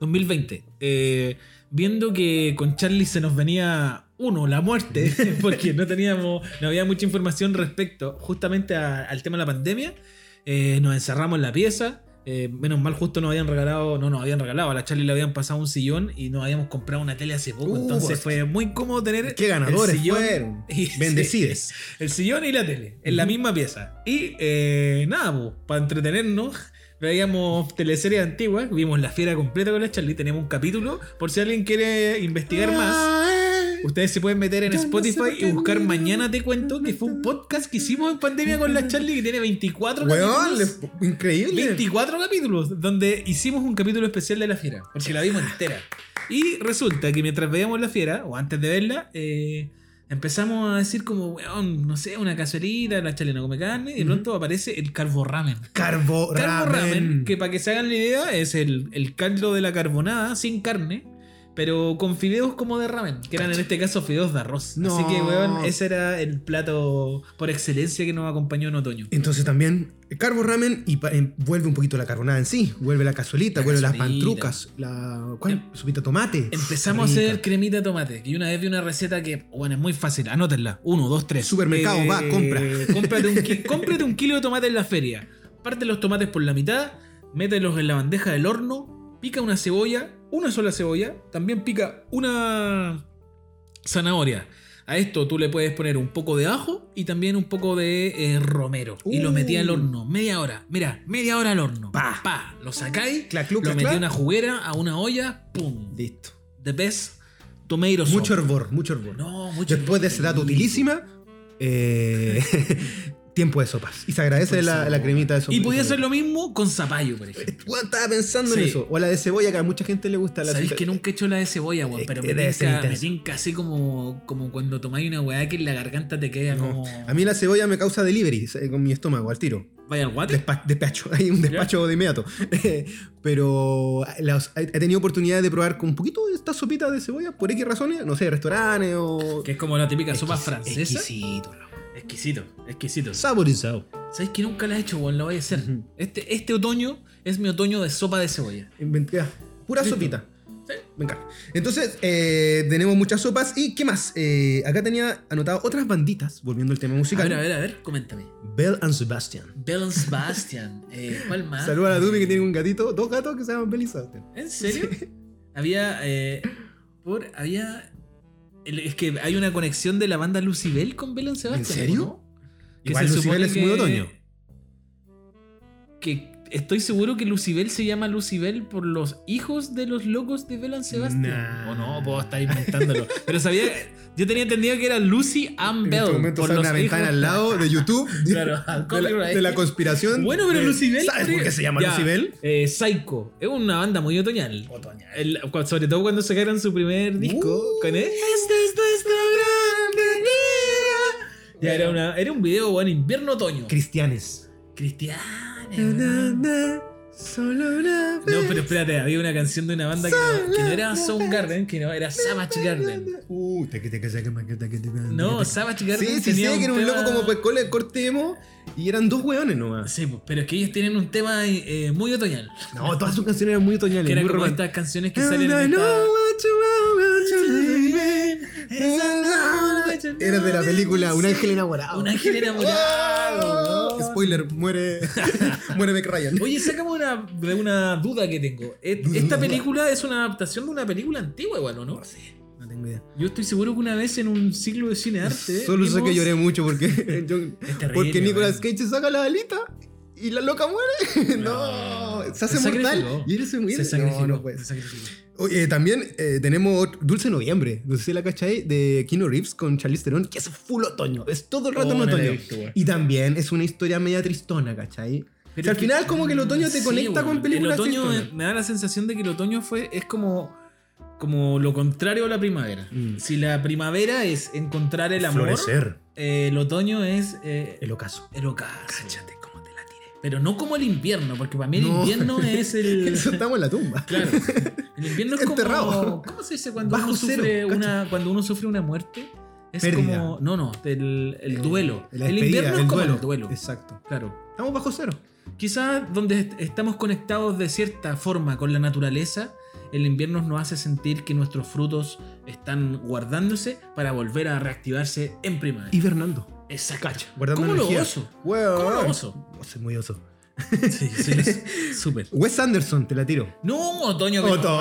2020. Eh, viendo que con Charlie se nos venía uno, la muerte, porque no teníamos, no había mucha información respecto justamente a- al tema de la pandemia, eh, nos encerramos en la pieza, Eh, menos mal, justo nos habían regalado, no nos habían regalado, a la Charlie le habían pasado un sillón y nos habíamos comprado una tele hace poco. Uh, entonces pues, fue muy cómodo tener. Qué el ganadores sillón fueron. y- sí, Bendecides. el sillón y la tele, en la Ujú. misma pieza. Y eh, nada, po, para entretenernos, veíamos teleseries antiguas, vimos La Fiera completa con la Charlie, tenemos un capítulo. Por si alguien quiere investigar más, ustedes se pueden meter en Yo Ah. no sé Spotify por qué y buscar miro. Mañana Te Cuento, que fue un podcast que hicimos en pandemia con la Charlie, que tiene 24 Weón, capítulos. le- increíble. 24 capítulos, donde hicimos un capítulo especial de La Fiera, porque la vimos entera. Y resulta que mientras veíamos La Fiera, o antes de verla, eh, empezamos a decir como, weón, no sé, una cazuelita, la chale no come carne, y de Ujú. pronto aparece el carbo ramen. Carbo Carbo ramen, ramen. que para que se hagan la idea, es el, el caldo de la carbonada sin carne. Pero con fideos como de ramen, que eran en este caso fideos de arroz. No. Así que, weón, ese era el plato por excelencia que nos acompañó en otoño. Entonces también el carbo ramen y pa- em, vuelve un poquito la carbonada en sí, vuelve la cazuelita, La vuelve las cazuelita. Em, pantrucas, la ¿cuál? sopita de tomate. Empezamos Rica. a hacer cremita de tomate. Y una vez vi una receta que, bueno, es muy fácil. Anótenla. Uno, dos, tres. Eh, Supermercado, va, compra. Cómprate un, ki- cómprate un kilo de tomate en la feria. Parte los tomates por la mitad, mételos en la bandeja del horno, pica una cebolla, una sola cebolla, también pica una zanahoria. A esto tú le puedes poner un poco de ajo y también un poco de eh, romero. Y lo metí al Uh. horno, media hora. Mira, media hora al horno. Pa. Pa. Lo sacáis, Clac, lo cluc, clac, metí a clac. una juguera, a una olla, pum. Listo. The Best Tomato Sauce. Mucho hervor, mucho hervor. No, mucho Después de esa edad utilísima, eh, tiempo de sopas. Y se agradece Tiempo de la, sopa. la cremita de sopa. Y podía hacer lo mismo con zapallo, por ejemplo. Weón, estaba pensando en Sí. eso. O la de cebolla, que a mucha gente le gusta la Sabéis cebolla. que nunca he hecho la de cebolla, weón, Es pero que me debe ser tinca, me intenso. tinca así como, como cuando tomáis una weá que en la garganta te queda No. como. A mí la cebolla me causa delivery eh, con mi estómago, al tiro. Vaya al guate. Despa- despacho, hay un despacho de inmediato. Pero las- he tenido oportunidad de probar con un poquito de esta sopita de cebolla, por X razones, no sé, restaurantes o... Que es como la típica sopa Exquis- francesa. Exquisito. loco. Exquisito, exquisito. Saborizado. ¿Sabéis que nunca la he hecho, weón? La voy a hacer. Ujú. Este, este otoño es mi otoño de sopa de cebolla. Inventé. ah, Pura Listo. sopita. Sí. Me encanta. Entonces, eh, tenemos muchas sopas. ¿Y qué más? Eh, acá tenía anotado otras banditas, volviendo al tema A musical. ver, a ver, a ver, coméntame. Bell and Sebastian. Bell Sebastian. eh, ¿Cuál más? Saluda a la Dumi que tiene un gatito, dos gatos que se llaman Bell y Sebastian. ¿En serio? Había. eh, por, había. el- Es que hay una conexión de la banda Lucibel con Belén Sebastián. ¿En serio? ¿no? Que Igual se Lucibel supone es muy que- otoño. Que estoy seguro que Lucibel se llama Lucibel por los hijos de los locos de Belén Sebastián. Nah. O no, puedo estar inventándolo. Pero sabía. Yo tenía entendido que era Lucy Ann En Bell. este momento por sale los una ventana hijos- al lado de YouTube de- Claro, de, la, copyright. de la conspiración. Bueno, pero de- Lucibel. ¿Sabes por qué se llama Ya, Lucibel? eh, Psycho. Es una banda muy otoñal. El- cu- sobre todo cuando sacaron su primer disco Uh. con él. Esta Este es nuestra gran bandera. Ya era, una, era un video, bueno, invierno-otoño. Cristianes. Cristiana. Na, No, na, na, solo una vez. pero espérate, había una canción de una banda que no, que no era Soundgarden, que no, era Savage Garden. Uh, taca, taca, taca, taca, taca, taca, No, taca. Savage Garden. Sí, sí, sí, que tenía era un loco tema- como Pescola de corte emo y eran dos hueones nomás. Sí, pues, pero es que ellos tienen un tema eh, muy otoñal. No, todas sus canciones eran muy otoñales, Que era muy como románticas. estas canciones que salen And I en know esta... what you want, what you need, baby. Era de la película Un ángel enamorado. Un ángel enamorado. Wow. Spoiler, muere. muere Beck Ryan. Oye, sacame una, de una duda que tengo. Et- Duda, Esta duda. película es una adaptación de una película antigua, igual, ¿o no? No tengo idea. Yo estoy seguro que una vez en un ciclo de cine arte. Solo sé vimos- que lloré mucho porque. yo- Es terrible, porque Nicolas weón. Cage se saca la alita y la loca muere. No. No. Se hace Ah. Se sacrificó. mortal y él se muere. Se sacrificó. No, no puede se ser. sacrificó. Oye, también eh, tenemos otro- Dulce Noviembre, no sé si la cachai, de Keanu Reeves con Charlize Theron, que es full otoño, es todo el rato Oh, en no la he otoño. visto, güey. y también es una historia media tristona, ¿cachai? Pero O sea, al es que- final como que el otoño te Sí, conecta weón. con películas El otoño tristonas. eh, me da la sensación de que el otoño fue es como como lo contrario a la primavera. Mm. Si la primavera es encontrar el amor, eh, el otoño es eh, el ocaso. el ocaso. Cáchate cómo te la tiré. Pero no como el invierno, porque para mí el No. invierno es el. Eso estamos en la tumba. Claro. El invierno es como. Enterrado. ¿Cómo se dice cuando Bajo uno cero, sufre cacha. una. Cuando uno sufre una muerte? Es Pérdida. como. No, no, el, el Eh, duelo. la el despedida, invierno es el como el duelo. Exacto. Claro. Estamos bajo cero. Quizás donde est- estamos conectados de cierta forma con la naturaleza, el invierno nos hace sentir que nuestros frutos están guardándose para volver a reactivarse en primavera. Hibernando. Exacto. Cacha, guardando ¿Cómo lo energía. gozo? Weón. ¿Cómo lo gozo? Soy muy oso. Sí, sí, es súper. Wes Anderson, te la tiro. No, otoño. que- Otoño.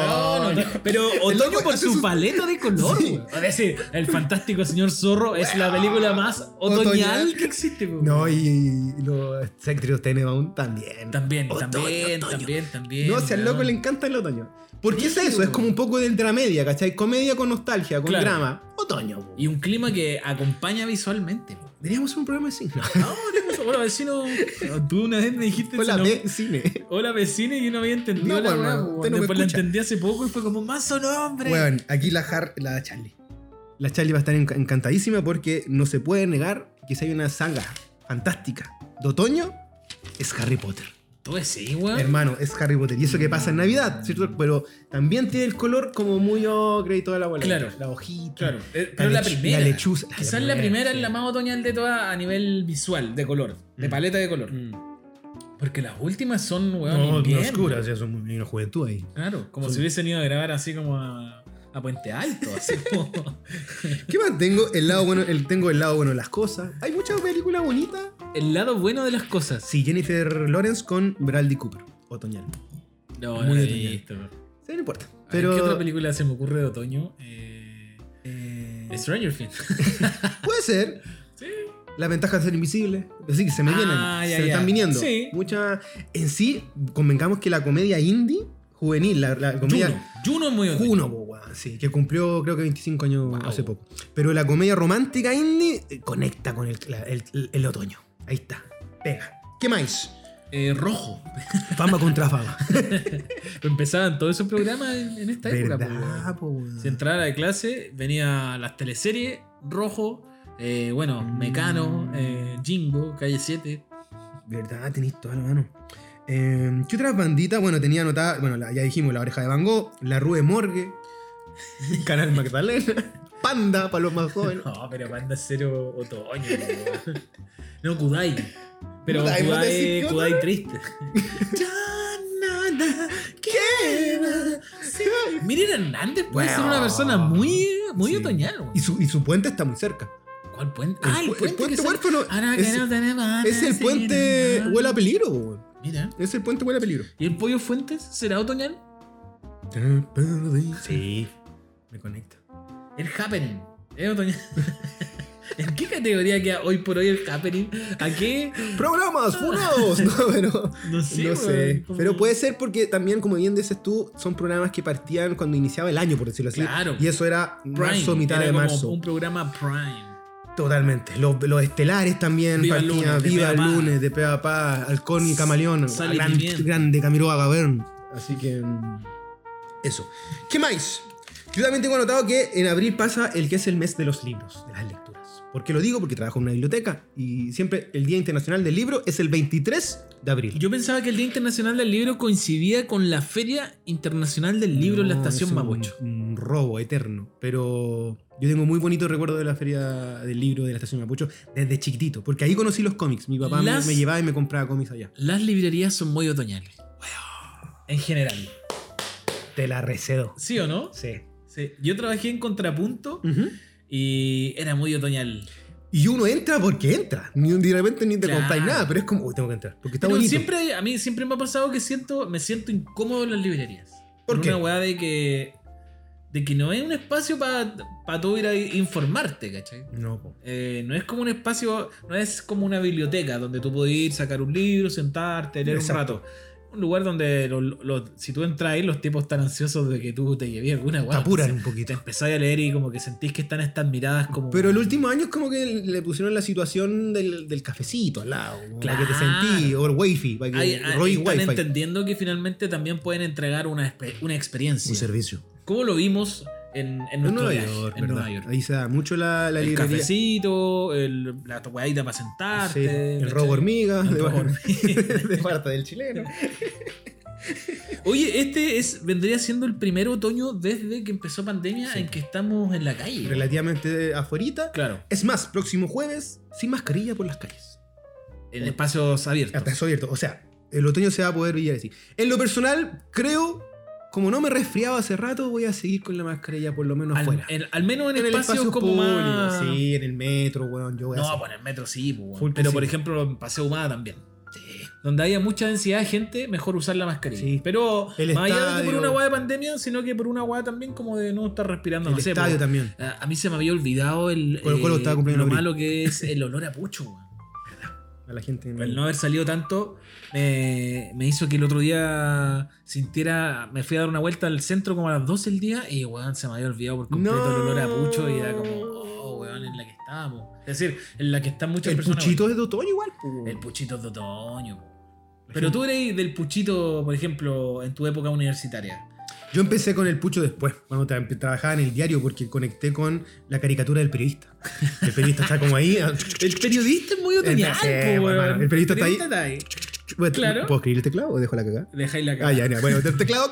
weón, otoño. Pero otoño loco por hace su sus- paleta de color, Sí. weón. Es decir, El Fantástico Señor Zorro es la película más otoñal Otoñal. que existe, weón. No, y, y los Secretary of Tenenbaum también. También, Otoño, también, otoño. también, también. No, si al weón. loco le encanta el otoño. Porque es Sí, eso, es po. como un poco de dramedia, ¿cachai? Comedia con nostalgia, con Claro. drama. Otoño, po. Y un clima que acompaña visualmente, weón. Deberíamos hacer un programa de cine. No, tenemos- hola vecino. Tú una vez me dijiste Hola, si no- ve cine. hola vecino y yo no había entendido No, la weón, weá, no, weón. usted no me Después la escucha. entendí hace poco y fue como más o nombre. Weón, aquí la, Har- la Charlie. La Charlie va a estar enc- encantadísima porque no se puede negar que si hay una saga fantástica de otoño, es Harry Potter. Tú decís, weón. Hermano, es Harry Potter. Y eso que pasa en Navidad, ¿cierto? Pero también tiene el color como muy ocre y toda la bola. Claro. La hojita. Claro, eh, pero la, lechu- primera. La lechuza. Quizás la primera sí. es la más otoñal de todas a nivel visual, de color, de Mm. paleta de color. Mm. Porque las últimas son, weón, No, no invierno. oscura, o sea, es un- una juventud ahí. Claro, como Son- si hubiesen ido a grabar así como a, a Puente Alto, así como. ¿Qué más tengo? El lado bueno, el, tengo el lado bueno de las cosas. Hay muchas películas bonitas. El lado bueno de las cosas. Sí, Jennifer Lawrence con Bradley Cooper, otoñal. No, Muy no la he otoñal. visto. A ver, Sí, no importa. ¿Qué otra Pero película se me ocurre de otoño? Eh, Stranger Things. puede ser. Sí. La ventaja de ser invisible. Así que se me Ah, vienen. ya, se me ya. están viniendo. Sí. Mucha. En sí, convengamos que la comedia indie, juvenil, la, la Juno. comedia. Juno es muy otoño. Juno, po, weón, sí, que cumplió creo que 25 años Wow. hace poco. Pero la comedia romántica indie eh, conecta con el, la- el- el- el otoño. Ahí está. Pega. ¿Qué más? Eh, rojo. Fama contra fama. Empezaban todos esos programas en, en esta época. pues, weón. ¿Verdad, po, weón? Si entrara de clase, venía las teleseries, Rojo, eh, bueno, Mecano, eh, Jingo, Calle 7. ¿Verdad? Tenéis toda la mano. Eh, ¿Qué otras banditas? Bueno, tenía anotada, bueno, la- ya dijimos, La Oreja de Van Gogh, La Rue Morgue, Canal Magdalena, Panda para los más jóvenes. No, pero banda cero otoño. weón. no, Kudai. Pero Kudai, ¿vos Kudai, decís que Kudai triste. Ya nada queda. Miren Hernández puede ser Weón. una persona muy, muy Sí. otoñal. weón. Y su, y su puente está muy cerca. ¿Cuál puente? el Ah, el pu- el puente, puente que sale- huérfano Ahora que es- no tenemos Es el nada, puente nada. huele a peligro, weón. Mira. Es el puente huele a peligro. ¿Y el pollo Fuentes será otoñal? Sí, me conecta. El happening. ¿Es otoñal? ¿En qué categoría queda hoy por hoy el happening? ¿A qué? ¡Programas funados! No, pero. No sé. no sé. weón, como- Pero puede ser porque también, como bien dices tú, son programas que partían cuando iniciaba el año, por decirlo así. Claro. Y eso era Prime, marzo, mitad era de como marzo. Un programa Prime. Totalmente. Los, los estelares también Viva el partían. lunes, de Viva Pea el Pa. lunes, de Pea Pa, Halcón y Camaleón. Sal y gran- pimienta. grande Camilo Agavern. Así que. mm, Eso. ¿Qué más? Yo también tengo anotado que en abril pasa el que es el mes de los libros, de las lecturas. ¿Por qué lo digo? Porque trabajo en una biblioteca y siempre el Día Internacional del Libro es el 23 de abril. Yo pensaba que el Día Internacional del Libro coincidía con la Feria Internacional del Libro en la No, Estación es un- Mapocho. Un robo eterno. Pero yo tengo muy bonito recuerdo de la feria del libro de la estación Mapocho desde chiquitito. Porque ahí conocí los cómics. Mi papá me- Las- me, llevaba y me compraba cómics allá. Las librerías son muy otoñales. En general. Te la recedo. ¿Sí o no? Sí. Sí. Yo trabajé en Contrapunto Mm. y era muy otoñal. Y uno entra porque entra. Ni un- de repente ni te Claro. contáis nada. Pero es como, uy, tengo que entrar. Porque está Pero bonito. siempre, a mí siempre me ha pasado que siento, me siento incómodo en las librerías. ¿Por Por qué? una weá de que. de que no es un espacio para tú ir a informarte, ¿cachai? No, po. Eh, no es como un espacio, no es como una biblioteca donde tú puedes ir, sacar un libro, sentarte, leer Exacto. un rato. Un lugar donde lo- lo- si tú entras ahí, los tipos están ansiosos de que tú te lleves alguna Te weá. apuran Entonces, un Te poquito. empezás a leer y como que sentís que están estas miradas como. Pero el último año es como que le pusieron la situación del, del cafecito al lado. como Para que te Claro. sentí. O el wifi. Para que Ay, ay, Roy están wifi. entendiendo que finalmente también pueden entregar una, espe- una Un experiencia. servicio. Como lo vimos en, en En nuestro Nueva viaje, York, en ¿verdad? Nueva York. Ahí se da mucho la, la el librería. cafecito, el- la tocadita para Sí, sentarte. el ¿cachai? robo hormiga, El de, robo hormiga. de parte del chileno. Oye, este es, vendría siendo el primer otoño desde que empezó pandemia Sí. en que estamos en la calle. Relativamente afuerita. Claro, Es más, próximo jueves, sin mascarilla por las calles. en espacios abiertos. Hasta eso abierto. O sea, el otoño se va a poder brillar así. En lo personal, creo, como no me resfriaba hace rato, voy a seguir con la mascarilla por lo menos al, afuera. en- al menos en, el espacios espacio como más... sí, en el metro, weón. Yo voy a No, hacer- bueno, en metro sí, pues, Full pero que por sí. ejemplo en paseo humada también. Sí. donde haya mucha densidad de gente, mejor usar la mascarilla. Sí. Pero El más allá de que por estadio- una hueá de pandemia, sino que por una hueá también como de no estar respirando, El no sé, pues. estadio po. también. A a mí se me había olvidado el eh, Colo Colo estaba cumpliendo lo abril. malo que es el olor a pucho. weón. A la gente. El Pues no haber salido tanto me, me hizo que el otro día sintiera. Me fui a dar una vuelta al centro como a las 12 del día y weón, se me había olvidado por completo No. el olor a pucho y era como, oh weón, en la que estábamos. Es decir, en la que están muchas El personas. puchito es de otoño igual, po. weón. El puchito es de otoño. weón. Pero tú eres del puchito, por ejemplo, en tu época universitaria. Yo empecé con el pucho después, cuando tra- trabajaba en el diario, porque conecté con la caricatura del periodista. El periodista está como ahí. ah, El periodista es muy otoñal, otoñal, po, weón. El periodista, El periodista está ahí. Claro. ¿Puedo escribir el teclado o dejo la cagada? Dejáis la cara. Ah, ya, ya. Bueno, el teclado.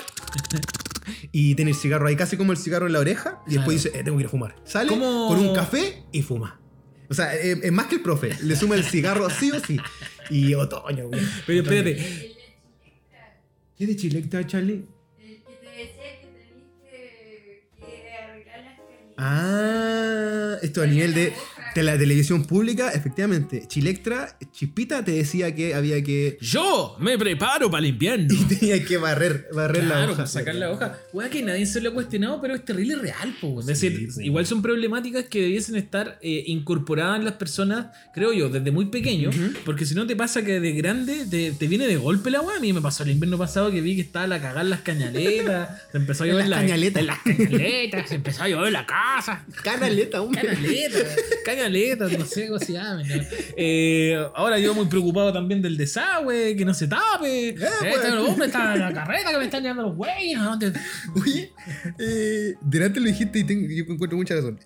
Y tiene el cigarro ahí, casi como el cigarro en la oreja. Y después dice, eh, tengo que ir a fumar. Sale ¿Cómo? con un café y fuma. O sea, eh, es más que el profe. Le suma el cigarro sí o sí. Y otoño, güey. Pero Otoño. espérate, El de Chilectra, ¿Qué de Chilecta, Charlie? el que te decía que teniste que arreglar las calles. Ah, esto a nivel de, de la televisión pública, efectivamente. Chilectra, Chispita te decía que había que. yo me preparo para el invierno. Y tenía que barrer, barrer la Claro, hoja. pues, sacar la hoja. Weá, que nadie se lo ha cuestionado, pero es terrible real, po. Es Sí, pues, decir, po. igual son problemáticas que debiesen estar eh, incorporadas en las personas, creo yo, desde muy pequeño, Ujú. porque si no te pasa que de grande te, te viene de golpe la weá. A mí me pasó el invierno pasado que vi que estaba la cagada en las cañaletas, se empezó a En llover las la- cañaletas. en las cañaletas, se empezó a llover la casa. Canaleta, hombre. Cañaleta, cañaleta, no sé cómo se llama. ¿no? Eh, ahora yo muy preocupado también del desagüe, que no se tape. Eh, pues. está el hombre, está la carreta que me están llevando los güeyes. ¿no? Te- Oye, eh, delante lo dijiste y tengo- yo encuentro mucha razón.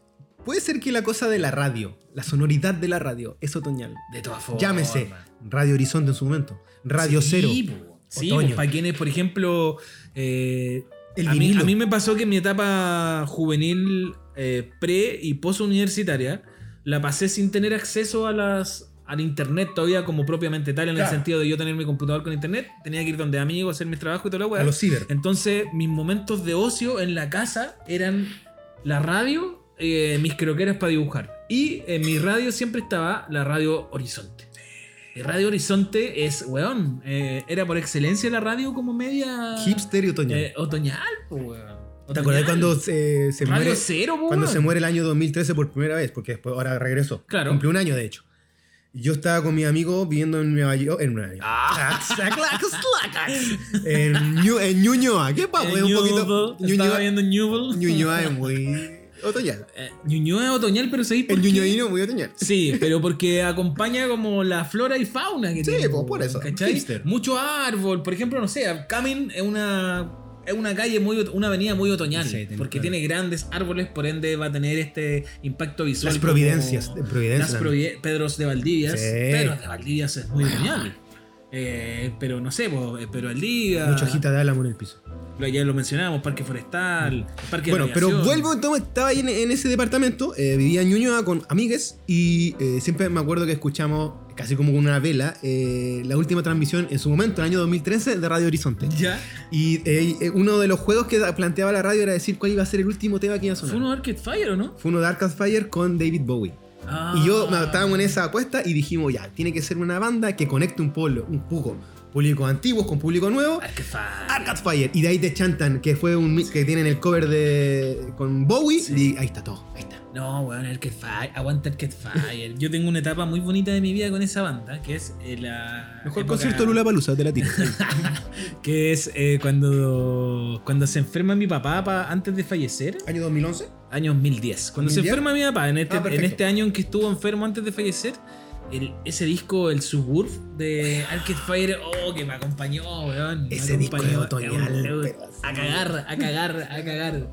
Puede ser que la cosa de la radio, la sonoridad de la radio, es otoñal. De todas formas. Llámese Radio Horizonte en su momento, Radio Cero, Sí, po. Sí, Otoño. po, para quienes, por ejemplo, eh, el a, mí, vinilo. a mí me pasó que en mi etapa juvenil eh, pre y post universitaria la pasé sin tener acceso a las al internet todavía como propiamente tal en Claro. el sentido de yo tener mi computador con internet tenía que ir donde amigos hacer mis trabajos y toda la a weá los ciber. entonces mis momentos de ocio en la casa eran la radio eh, mis croqueras para dibujar y en mi radio siempre estaba la radio Horizonte y Radio Horizonte es, weón, eh, era por excelencia la radio como media... Hipster y otoñal. Eh, otoñal, po, weón. ¿Te acordás Otoñal. cuando se, se Radio muere? Cero, po, Cuando weón. se muere el año 2013 por primera vez, porque después ahora regresó. Claro. Cumplió un año, de hecho. Yo estaba con mi amigo viviendo en Nueva York. En Nueva York. Ah. en, Ñu- en Ñuñoa. ¿Qué Eh, pasa? pues, Es un poquito. Ñuble. Estaba Ñuñoa, viendo Ñuble. Ñuñoa es muy otoñal. Eh, Ñuñoa es otoñal, pero seguís El ñuñoíno muy otoñal. Sí, pero porque acompaña como la flora y fauna que Sí, tiene. pues, por weón, eso, ¿Cachai? hipster. Mucho árbol. Por ejemplo, no sé, Camin es una. Es una calle muy, ot- una avenida muy otoñal, Sí, tenés porque claro. tiene grandes árboles, por ende va a tener este impacto visual. Las como- providencias. de Providencia. Las Provi- Pedros de Valdivia. Sí. Pedros de Valdivia es muy genial. Eh, pero no sé, po, eh, Pedro Valdivia. Mucha hojita de álamo en el piso. lo- Ya lo mencionábamos, Parque Forestal, Parque de Mm. Bueno, pero Navegación. vuelvo, entonces estaba ahí en, en ese departamento, eh, vivía en Ñuñoa con amigues y eh, siempre me acuerdo que escuchamos, casi como con una vela, eh, la última transmisión en su momento, el año 2013, de Radio Horizonte. Ya. Y eh, eh, uno de los juegos que da- planteaba la radio era decir cuál iba a ser el último tema que iba a ¿Fue sonar. un Arcade Fire o no? Fue uno de Arcade Fire con David Bowie. Y Ah. yo me- estábamos en esa apuesta y dijimos, ya, tiene que ser una banda que conecte un pueblo, un poco, público antiguo con público nuevo. Arcade Fire. Arcade Fire. Y de ahí te chantan, que fue un mix que tienen el cover de con Bowie. Sí. Y ahí está todo. Ahí está. No, weón, Arcade Fire. Aguanta Arcade Fire. Yo tengo una etapa muy bonita de mi vida con esa banda, que es eh, la. Mejor época- concierto Lula Palusa, te la tiro. Que es eh, cuando, cuando se enferma mi papá pa- antes de fallecer. Año 2011. año 2010. Cuando se ¿Ya? enferma mi papá, en este, Ah, perfecto. en este año en que estuvo enfermo antes de fallecer, el- ese disco, el Suburb de Arcade Fire, oh, que me acompañó, weón. me Ese disco acompañó, es otoñal, eh, weón, pero A cagar, a cagar, a cagar.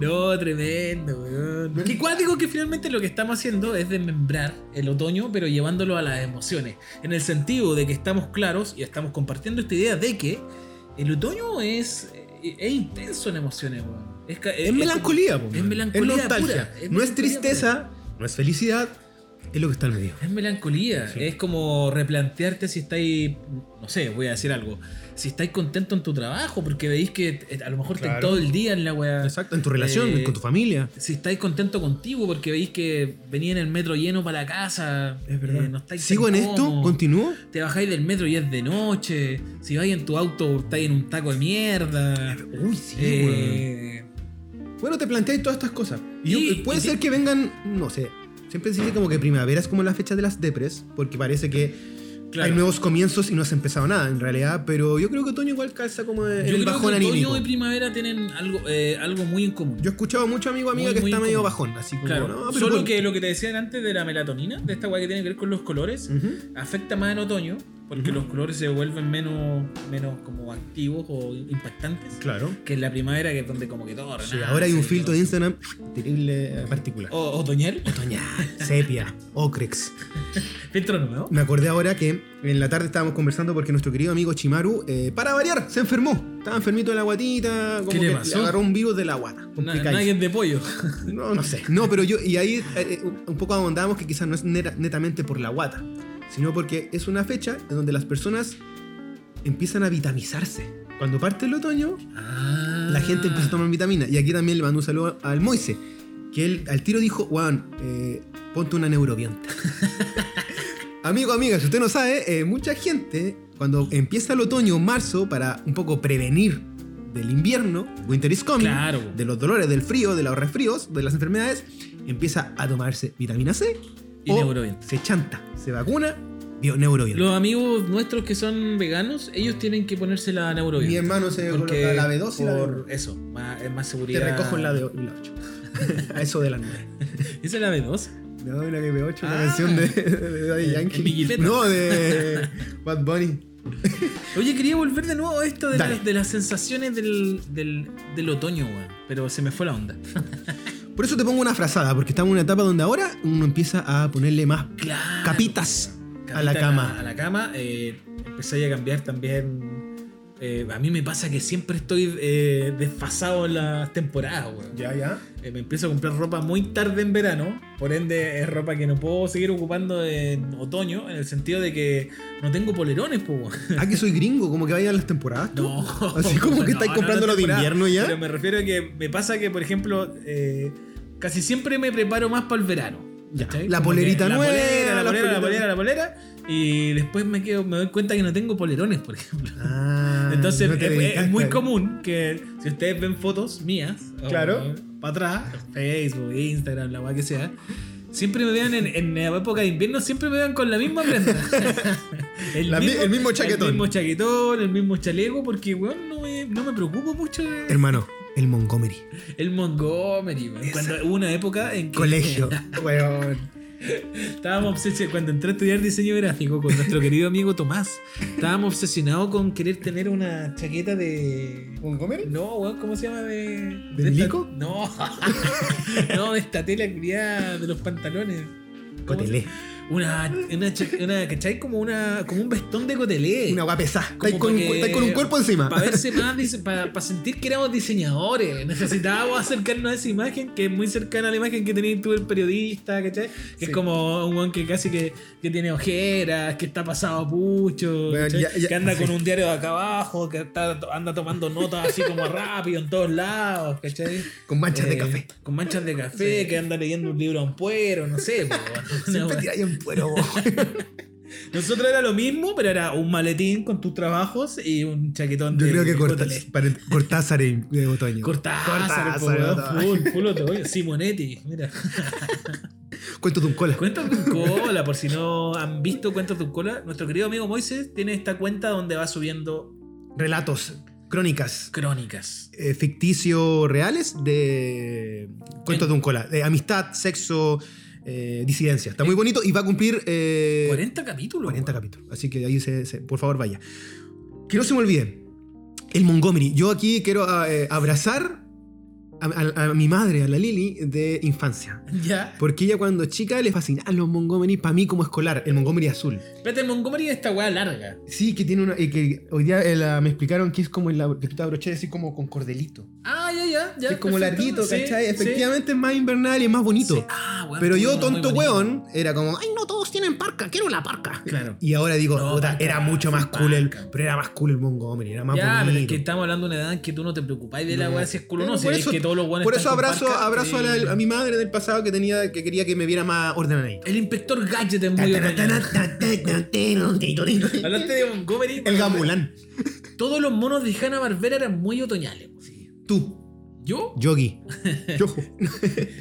No, tremendo, weón. Qué cuático que finalmente lo que estamos haciendo es desmembrar el otoño, pero llevándolo a las emociones. En el sentido de que estamos claros y estamos compartiendo esta idea de que el otoño es, eh, es intenso en emociones, weón. Es, ca- Es melancolía, po, eh, es man. melancolía Es nostalgia. pura, es no es melancolía tristeza, no es felicidad. Es lo que está al medio. Es melancolía, Sí. es como replantearte si estáis, no sé, voy a decir algo, si estáis contento en tu trabajo, porque veis que eh, a lo mejor estáis Claro. todo el día en la weá. Exacto, en tu relación, Eh, con tu familia. Si estáis contento contigo, porque veis que venía en el metro lleno para la casa. eh, no estáis ¿Sigo en tan esto? cómodos. ¿Continúo? Te bajáis del metro y es de noche. Si vais en tu auto, estáis en un taco de mierda. Uy, sí, Eh, weón. Bueno, te planteáis todas estas cosas. Y, yo- eh, Y- puede y- ser que vengan, no sé. Siempre se dice como que primavera es como la fecha de las depres, porque parece que Claro. hay nuevos comienzos y no has empezado nada en realidad. Pero yo creo que otoño igual calza como en yo el creo bajón que anímico. otoño y primavera tienen algo, eh, algo muy en común. Yo he escuchado mucho amigo amiga Muy, que muy está medio incómodo. bajón, así como. Claro, no, pero solo por- que lo que te decían antes de la melatonina, de esta weá que tiene que ver con los colores, Ujú. afecta más en otoño, porque Mm. Ujú. los colores se vuelven menos, menos como activos o impactantes Claro. que en la primavera, que es donde como que todo Sí, renace, ahora hay un todo. filtro de Instagram terrible eh, particular. O, otoñal, Otoñal, sepia, ocrex. filtro nuevo. Me acordé ahora que en la tarde estábamos conversando porque nuestro querido amigo Chimaru, eh, para variar, se enfermó. Estaba enfermito de la guatita, como ¿Qué le que pasó? agarró un virus de la guata. Na- Complicadísimo. Nuggets de pollo. No, no sé. No, pero yo, y ahí eh, eh, un poco ahondábamos que quizás no es neta- netamente por la guata, sino porque es una fecha en donde las personas empiezan a vitamizarse. Cuando parte el otoño, Ah. la gente empieza a tomar vitamina. Y aquí también le mando un saludo al Moise, que él al tiro dijo, Juan, eh, ponte una neurobianta. Amigo, amiga, si usted no sabe, eh, mucha gente cuando empieza el otoño, marzo, para un poco prevenir del invierno, winter is coming, Claro. de los dolores, del frío, de los resfríos, de las enfermedades, empieza a tomarse vitamina C Y neurobianta. se chanta, se vacuna, dio neurobianta. Los amigos nuestros que son veganos, ellos tienen que ponerse la neurobiona. Mi hermano se coloca porque la B2 y la por B1. eso, más, es más Te seguridad. recojo en la de la 8. A eso de las 9. ¿Esa es la B2? No, la que me 8 Ah. la canción de, de Daddy En- en Yankee. bicicleta. No, de Bad Bunny. Oye, quería volver de nuevo a esto de, Dale. las- de las sensaciones del, del, del otoño, weón. Pero se me fue la onda. Por eso te pongo una frazada, porque estamos en una etapa donde ahora uno empieza a ponerle más Claro. capitas Capita a la A, cama. la cama. eh, empecé a cambiar también. eh, a mí me pasa que siempre estoy eh, desfasado en las temporadas, weón. Ya, ya. Eh, me empiezo a comprar ropa muy tarde en verano, por ende es ropa que no puedo seguir ocupando en otoño, en el sentido de que no tengo polerones, po. weón. Ah, que soy gringo, como que vayan las temporadas. tú. No. Así como que estáis No, no, no comprando lo de temporada. invierno ya. Pero me refiero a que me pasa que, por ejemplo, eh, casi siempre me preparo más para el verano. Ya. ¿cachai? La Como que polerita la nueva, polera, la la polera, la polera, polera. la polera. Y después me quedo, me doy cuenta que no tengo polerones, por ejemplo. Ah, Entonces no te es- es, dedicaste. muy común que si ustedes ven fotos mías, Claro. para atrás, Facebook, Instagram, la weá que sea, siempre me vean en, en la época de invierno, siempre me vean con la misma prenda. el, La mi- el mismo chaquetón. El mismo chaquetón, el mismo chaleco, porque weón, no me, no me preocupo mucho de- Hermano, el Montgomery. el Montgomery, weón. Cuando hubo una época en que Colegio. Weón. estábamos obsesionados, cuando entré a estudiar diseño gráfico con nuestro querido amigo Tomás, estábamos obsesionados con querer tener una chaqueta de... ¿Montgomery? No, weón, ¿cómo se llama? ¿De, ¿De esta- Lico? No, no, de esta tela criada de los pantalones. ¿Cómo Cotelé. se- Una, una, cha- una, ¿cachai? Como, una, como un vestón de cotelé. Una guapesa. Estáis Como con, pa' que- estáis con un cuerpo encima. Para verse más, para sentir que éramos diseñadores. Necesitábamos acercarnos a esa imagen que es muy cercana a la imagen que tenías tú del periodista, ¿cachai? Que es Sí. como un weón que casi que, que tiene ojeras, que está pasado a pucho, Bueno, ¿cachai? ya- ya- que anda con un diario de acá abajo, que está- anda tomando notas así como rápido en todos lados, ¿cachai? Con manchas de Eh, café. Con manchas de café, que anda leyendo un libro a un puero, no sé. po, una Siempre wea. tiráis un puero. Nosotros era lo mismo, pero era un maletín con tus trabajos y un chaquetón Yo de creo que corta, Cortázar. para- Cortázar en de otoño. Cortázar, Cortázar, po, weón, otoño. full, full otoño. Simonetti, mira. Cuentos de un cola. Cuentos con cola, por si no han visto Cuentos con cola, nuestro querido amigo Moises tiene esta cuenta donde va subiendo Relatos, crónicas, crónicas. eh, ficticio reales de cuentos de un cola. De amistad, sexo, eh, disidencia. Está muy bonito y va a cumplir eh, 40 capítulos. 40 weón. capítulos. Así que ahí, se, se- por favor, vaya. Que no se me olvide, el Montgomery. Yo aquí quiero ah, eh, abrazar a, a- a mi madre, a la Lili, de infancia. Ya. Porque ella cuando chica le fascinaban los Montgomery, para mí como escolar, el Montgomery azul. Espérate, el Montgomery es esta weá larga. Sí, que tiene una... eh, que hoy día eh, la- me explicaron que es como el abro- que tú te abroché así como con cordelito. Ah, ya, ya, ya. es como perfecto, larguito, sí, ¿cachai? sí. Efectivamente es más invernal y es más bonito. Ah, weón, Pero yo, muy tonto bonito. weón, era como, ay, no, todos tienen parca, quiero la parca. Claro. Y ahora digo, No, puta, parca, era mucho más cool el. parca. Pero era más cool el Montgomery, era más ya, pero es bonito. que estamos hablando de una edad en que tú no te preocupáis de la No. weá si es culo o Pero no. Si por ves eso- que todos los weones Por eso están con abrazo, parca, abrazo a, eh, la- a mi madre del pasado que tenía, que quería que me viera más ordenadito. El inspector Gadget es muy ordenado. El Hablaste de Montgomery. gamulán. Todos los monos de Hanna Barbera eran muy otoñales. weón. Tú, Yo, Yogi. Yojo.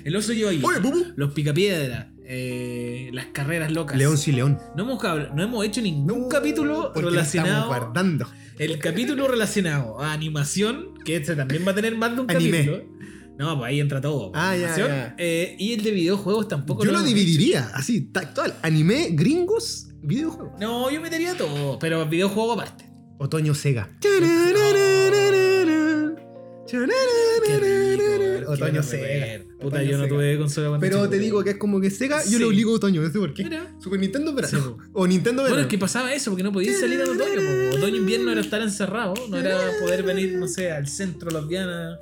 el oso lleva ahí. Oye, Pupu. Los picapiedras, eh, las carreras locas. León sí, León. No hemos, habl- no hemos hecho ningún No, capítulo porque Estamos relacionado. guardando. El capítulo relacionado a animación, que este también va a tener más de un Anime. capítulo. No, pues ahí entra todo. pues, Ah, ya, animación. ya. Eh, y el de videojuegos tampoco. Yo lo hemos dividiría así, tactual. Anime, gringos, videojuegos. hecho. No, yo metería todo, pero videojuego aparte. Otoño Sega. Qué rico, qué Otoño buen Sega. recuerdo. Puta, Otoño yo no Sega. tuve consola cuando Pero chico, te digo weón. que es como que Sega, yo Sí. le obligo a otoño, no sé por qué. Mira. Super Nintendo Sí, pues. verano. po. O Nintendo Bueno, verano. es que pasaba eso, porque no podías salir a otoño. po. Otoño invierno era estar encerrado, no era poder venir, no sé, al centro, los Diana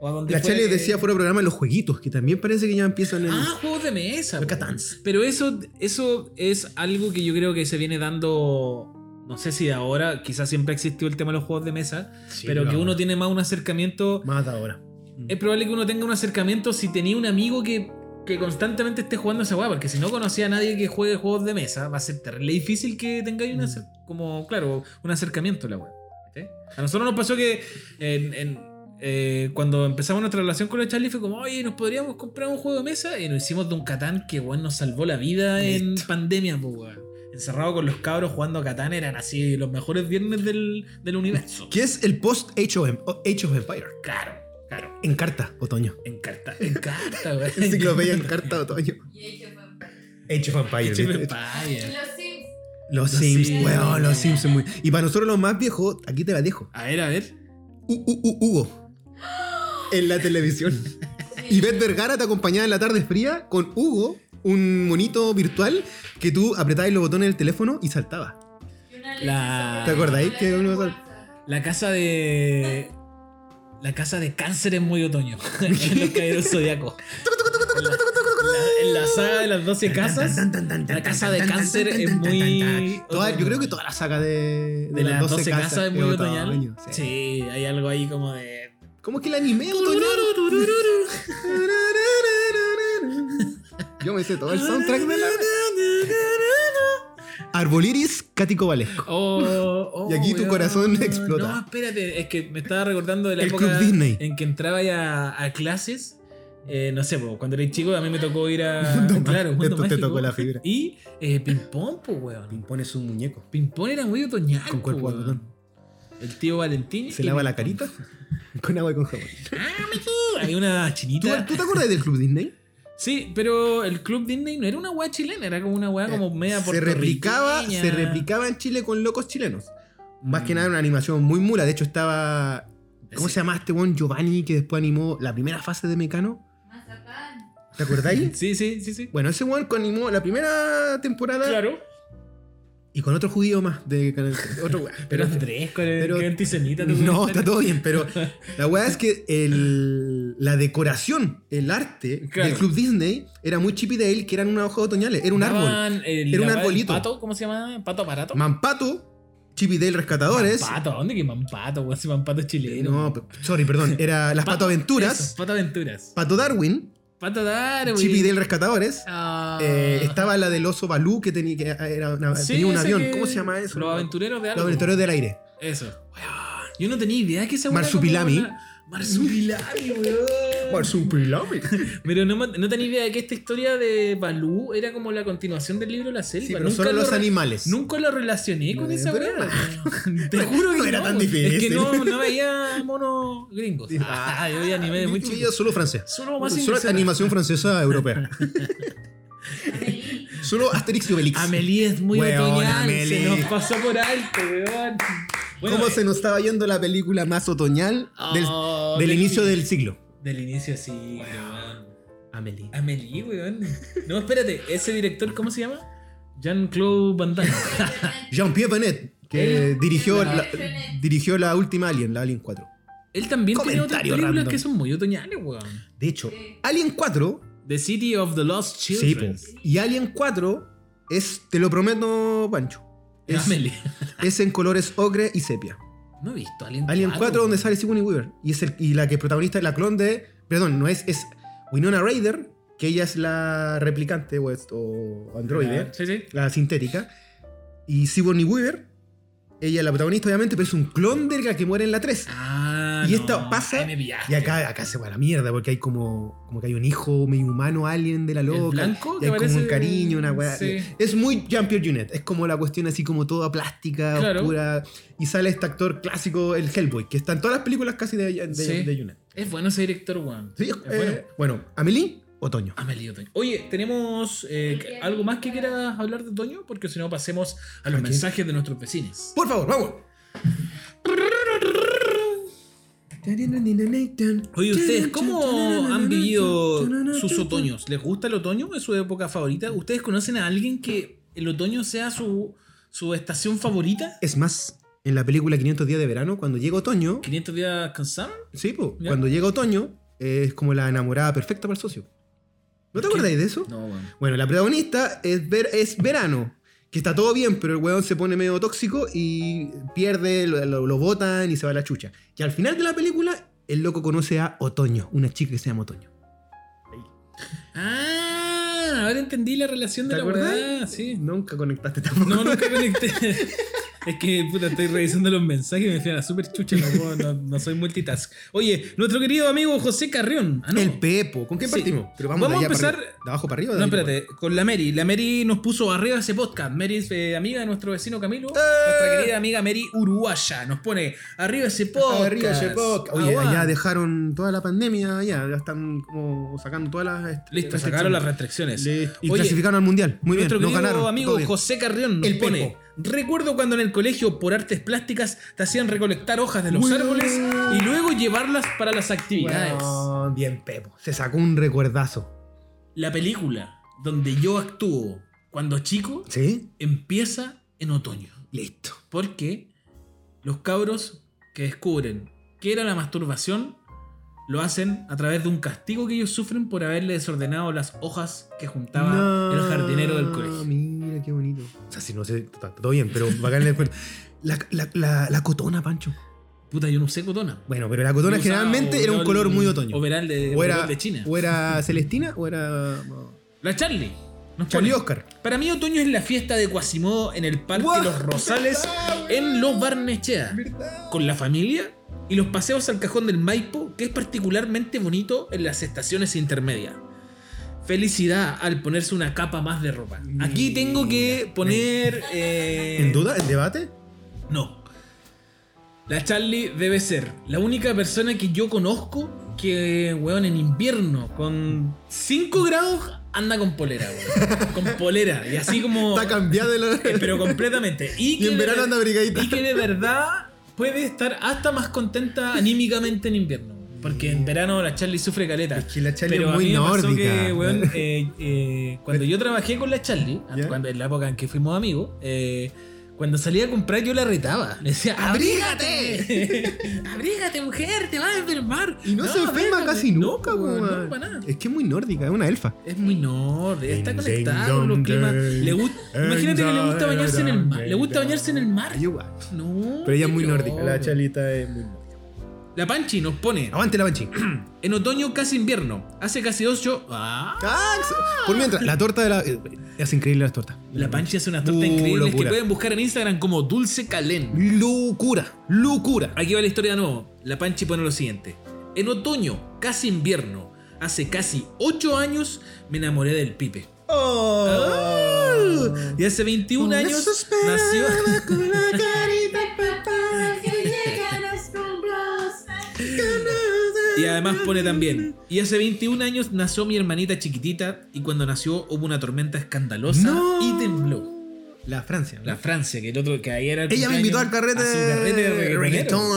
o a donde La fuera Chale que- decía fuera de programa los jueguitos, que también parece que ya empiezan en. Ah, juegos de mesa. El po. Catans. Pero eso, eso es algo que yo creo que se viene dando. No sé si de ahora, quizás siempre ha existido el tema de los juegos de mesa, Sí, pero que claro. uno tiene más un acercamiento. Más ahora. Es probable que uno tenga un acercamiento si tenía un amigo que, que constantemente esté jugando esa weá, porque si no conocía a nadie que juegue juegos de mesa, va a ser terrible difícil que tengáis un, Mm. acer- como, claro, un acercamiento a la weá. ¿cachai? A nosotros nos pasó que en- en- eh, cuando empezamos nuestra relación con la Charlie fue como, oye, nos podríamos comprar un juego de mesa y nos hicimos de un Catán que weón nos salvó la vida en Listo. pandemia, pues weón. Encerrado con los cabros jugando a Catán eran así los mejores viernes del, del universo. Que es el post Age of, Em- Age of Empire. Claro, claro. En carta, otoño. En carta, en carta, weón. Enciclopedia en carta, otoño. Y ahí yo fue- Age of Empire. Chile ¿viste? Empire. Los Sims. Los Los Sims, Sims. weón, los Sims. son Muy... Y para nosotros los más viejos, aquí te la dejo. A ver, a ver. U, U- U- Hugo. En la televisión. Y Beth Vergara te acompañaba en la tarde fría con Hugo, un monito virtual que tú apretabas los botones del teléfono y saltaba. Y una La- leche ¿Te acordáis sobrada que con uno- guasa. La casa de. La casa de cáncer es muy otoño. en los caballeros zodiacos. En la- En la saga de las 12 casas. La casa de cáncer es muy. Toda- yo creo que otoño. toda la saga de, De las 12 casas es muy otoñal. otoñal. sí. Sí, hay algo ahí como de. ¿Cómo es que el anime es otoñal? Yo me sé todo el soundtrack de la... Arboliris Cático Valesco. Oh, oh, Y aquí tu weón. corazón explota. No, espérate, es que me estaba recordando de la El época Club Disney. en que entraba ya a clases. Eh, no sé, po, cuando era chico a mí me tocó ir a. Mundo Mágico. claro, Mundo Esto te Mágico. tocó la fibra. Y eh, ping-pong, pues, weón. Pones un muñeco. Ping-pong era muy otoñal. Con po, cuerpo de weón. algodón. El tío Valentín. Se y lava la ping-pong. carita con agua y con jabón. ¡Ah, mijo! Hay una ¿Tú, chinita. tú te acuerdas del Club Disney? Sí, pero el Club Disney no era una weá chilena, era como una weá como media Eh, se replicaba, puertorriqueña. se replicaba en Chile con locos chilenos. Más que Mm. nada una animación muy mula. De hecho, estaba. ¿Cómo Sí. se llamaba este buen Giovanni que después animó la primera fase de Mecano? Mazapán. ¿Te acordáis? Sí, sí, sí, sí. bueno, ese buen animó la primera temporada Claro. y con otro judío más de Canal 13. Otro weá. Pero Andrés, con el- pero- qué antisemita te No, pusiste. está todo bien, pero la weá es que el- la decoración, el arte Claro. del Club Disney era muy Chippy Dale, que eran unas hojas otoñales, era un árbol. Daban el- eh, la Era un weá del arbolito. Pato, ¿Cómo se llama? ¿Pato aparato? Mampato, Chippy Dale Rescatadores. Pato, ¿a ¿dónde que mampato? weón? Ese mampato es chileno. No, p- sorry, perdón, era Las Pato- Pato Aventuras, Eso, Pato aventuras. Pato Darwin, Pato Darwin. Chippy Dale Rescatadores. Ah. eh, estaba la del oso Balú que, tenía, que era una- Sí, tenía un ese avión. que- ¿Cómo se llama eso? Los aventureros de algo. Los aventureros del aire. Eso. Weón, Yo no tenía idea que esa weá era Marsupilami. como una- Marsupilami, weón. Pero no, me- no tenía idea de que esta historia de Balú era como la continuación del libro La Selva. Sí, pero Nunca solo lo los re- animales. Nunca lo relacioné con Eh, esa pero weá. era Te juro que No era tan güey. Es difícil. que no, no veía monos gringos. Ah, yo veía anime de muy Yo chico. veía solo francés. Solo más solo ingresar. animación francesa europea. Amelie. solo Asterix y Obelix. Amelie es muy Weón, otoñal. Amelie. Se nos pasó por alto, weón. Bueno, ¿Cómo eh, se nos estaba yendo la película más otoñal del, oh, del del- inicio del siglo? Del inicio sí, weón. Amelie. Amelie, weón. No, espérate. Ese director, ¿cómo se llama? Jean-Claude Van Damme. Jean-Pierre Benet, que Él- dirigió, Él- la, Benet. dirigió la última Alien, la Alien 4. Él también tiene otras Comentario películas random. que son muy otoñales, weón. De hecho, Sí. Alien 4, The City of the Lost sí, Children. po, y Alien 4 es, te lo prometo, Pancho, Es- es, es en colores ocre y sepia. No he visto Alien 4. Alien 4 donde weón. sale Sigourney Weaver y, es el, y la que protagonista es la clon de, perdón, no es, es Winona Ryder, que ella es la replicante o, es- o androide. Ah, Sí, sí. la sintética. Y Sigourney Weaver, ella es la protagonista, obviamente, pero es un clon de la que muere en la 3. Ah, Y no, esta pasa- ahí me pillaste. Y acá, acá se va a la mierda, porque hay como, como que hay un hijo medio humano alien de la ¿El loca. blanco? y ¿Te hay como parece? un cariño, una weá. Sí. Es muy Jean-Pierre Junet. Es como la cuestión así como toda plástica, Claro. oscura. Y sale este actor clásico, el Hellboy, que está en todas las películas casi de, de, Sí. de Junet. Es bueno ese director, weón. Sí, es eh, bueno. Ah, bueno. Amelie, otoño. Amelie Otoño. Oye, ¿tenemos eh, algo más que quieras hablar de Otoño? Porque si no, pasemos a los ¿A quién? mensajes de nuestros vecinos. Por favor, vamos. Oye, ¿ustedes cómo han vivido sus otoños? ¿Les gusta el otoño? ¿Es su época favorita? ¿Ustedes conocen a alguien que el otoño sea su, su estación favorita? Es más, en la película 500 días de verano, cuando llega otoño, 500 días con Sam? sí, po, Ya. cuando llega otoño, eh, es como la enamorada perfecta para el socio. ¿No te ¿Qué? acordáis de eso? No, weón. Bueno, la protagonista es, ver, es verano, que está todo bien, pero el weón se pone medio tóxico y pierde, lo, lo- lo botan y se va a la chucha. Y al final de la película, el loco conoce a Otoño, una chica que se llama Otoño. Ah, ahora entendí la relación de ¿Te la acordás? verdad. Sí. Nunca conectaste tampoco. No, nunca conecté. Es que, puta, estoy revisando los mensajes y me fui a la super chucha. No, puedo, no, no soy multitask. Oye, nuestro querido amigo José Carrión. Ah, no. El Pepo. ¿Con qué Sí. partimos? Pero Vamos de a allá para empezar- arriba. ¿De abajo para arriba? o de No, arriba para espérate, con la Mary. La Mary nos puso arriba ese podcast. Mary es eh, amiga de nuestro vecino Camilo. Eh. Nuestra querida amiga Mary Uruguaya nos pone arriba ese podcast. Arriba ese podcast. Oye, Aguá. allá dejaron toda la pandemia, allá, ya están como sacando todas las. est- Listo, restricciones. sacaron las restricciones. Listo. Y Oye, clasificaron al mundial. Muy bien, Nuestro nos querido ganaron. amigo todo bien. José Carrión nos El Pepo. pone. Recuerdo cuando en el colegio por artes plásticas te hacían recolectar hojas de los Weón. árboles y luego llevarlas para las actividades. Bueno, bien, Pepo. Se sacó un recuerdazo. La película donde yo actúo cuando chico ¿Sí? empieza en otoño. Listo. Porque los cabros que descubren que era la masturbación lo hacen a través de un castigo que ellos sufren por haberle desordenado las hojas que juntaba No, el jardinero del colegio. Mira, qué bonito. O sea, si no sé, está todo bien, pero bacán el la, la, la, la cotona, Pancho. Puta, yo no sé cotona. Bueno, pero la cotona Yo generalmente usaba era un overol- color muy otoño. overall de, O overall era, de China. o era Celestina o era. La Charlie. nos Charlie pone, Oscar. Para mí otoño es la fiesta de Quasimodo en el Parque Guau, Los Rosales ¿verdad, en Los Barnechea. ¿Verdad? Con la familia y los paseos al cajón del Maipo que es particularmente bonito en las estaciones intermedias. Felicidad al ponerse una capa más de ropa. Aquí tengo que poner... eh, ¿En duda? ¿En debate? no. La Charlie debe ser la única persona que yo conozco que, weón, en invierno, con 5 grados, anda con polera, weón. Con polera. Y así como. Está cambiada la. eh, Pero completamente. Y, Y que en de verano ver- anda brigadita. y que de verdad puede estar hasta más contenta anímicamente en invierno. Porque en verano la Charlie sufre caleta. Es que la Charlie Pero es muy a mí me pasó nórdica. que, weón, eh, eh, cuando yo trabajé con la Charlie, ¿Ya? cuando, en la época en que fuimos amigos, eh, cuando salía a comprar yo la retaba. Le decía, ¡abrígate! ¡Abrígate, mujer! ¡Te vas a enfermar! Y no, se enferma abrígate". casi nunca, No, weón. no, para nada. Es que es muy nórdica, es una elfa. Es muy nórdica, está Ding, conectada ding, con los dong, climas. ding. Le gust- Imagínate que le gusta Ding, bañarse en el dong, mar. Le ding, gusta dong. bañarse en el mar. Ay, igual. No. Pero ella es muy qué nórdica. loco. chalita es muy nórdica. La Panchi nos pone. Avante la panchi. En otoño casi invierno. Hace casi ocho. Ah. Ah, ex- por mientras, la torta de la. eh, Es increíble las tortas. La Panchi hace unas tortas Uh, increíbles que locura. pueden buscar en Instagram como Dulce Calén. Locura, locura. Aquí va la historia de nuevo. La Panchi pone lo siguiente. En otoño, casi invierno, hace casi 8 años me enamoré del Pipe. Oh. Y hace 21 años nació... Y además pone también, y hace 21 años nació mi hermanita chiquitita y cuando nació hubo una tormenta escandalosa No. y tembló. La Francia. ¿no? La Francia, que el otro que ayer era el Ella me cumpleaños, invitó al carrete a su carrete de de reggaetonero.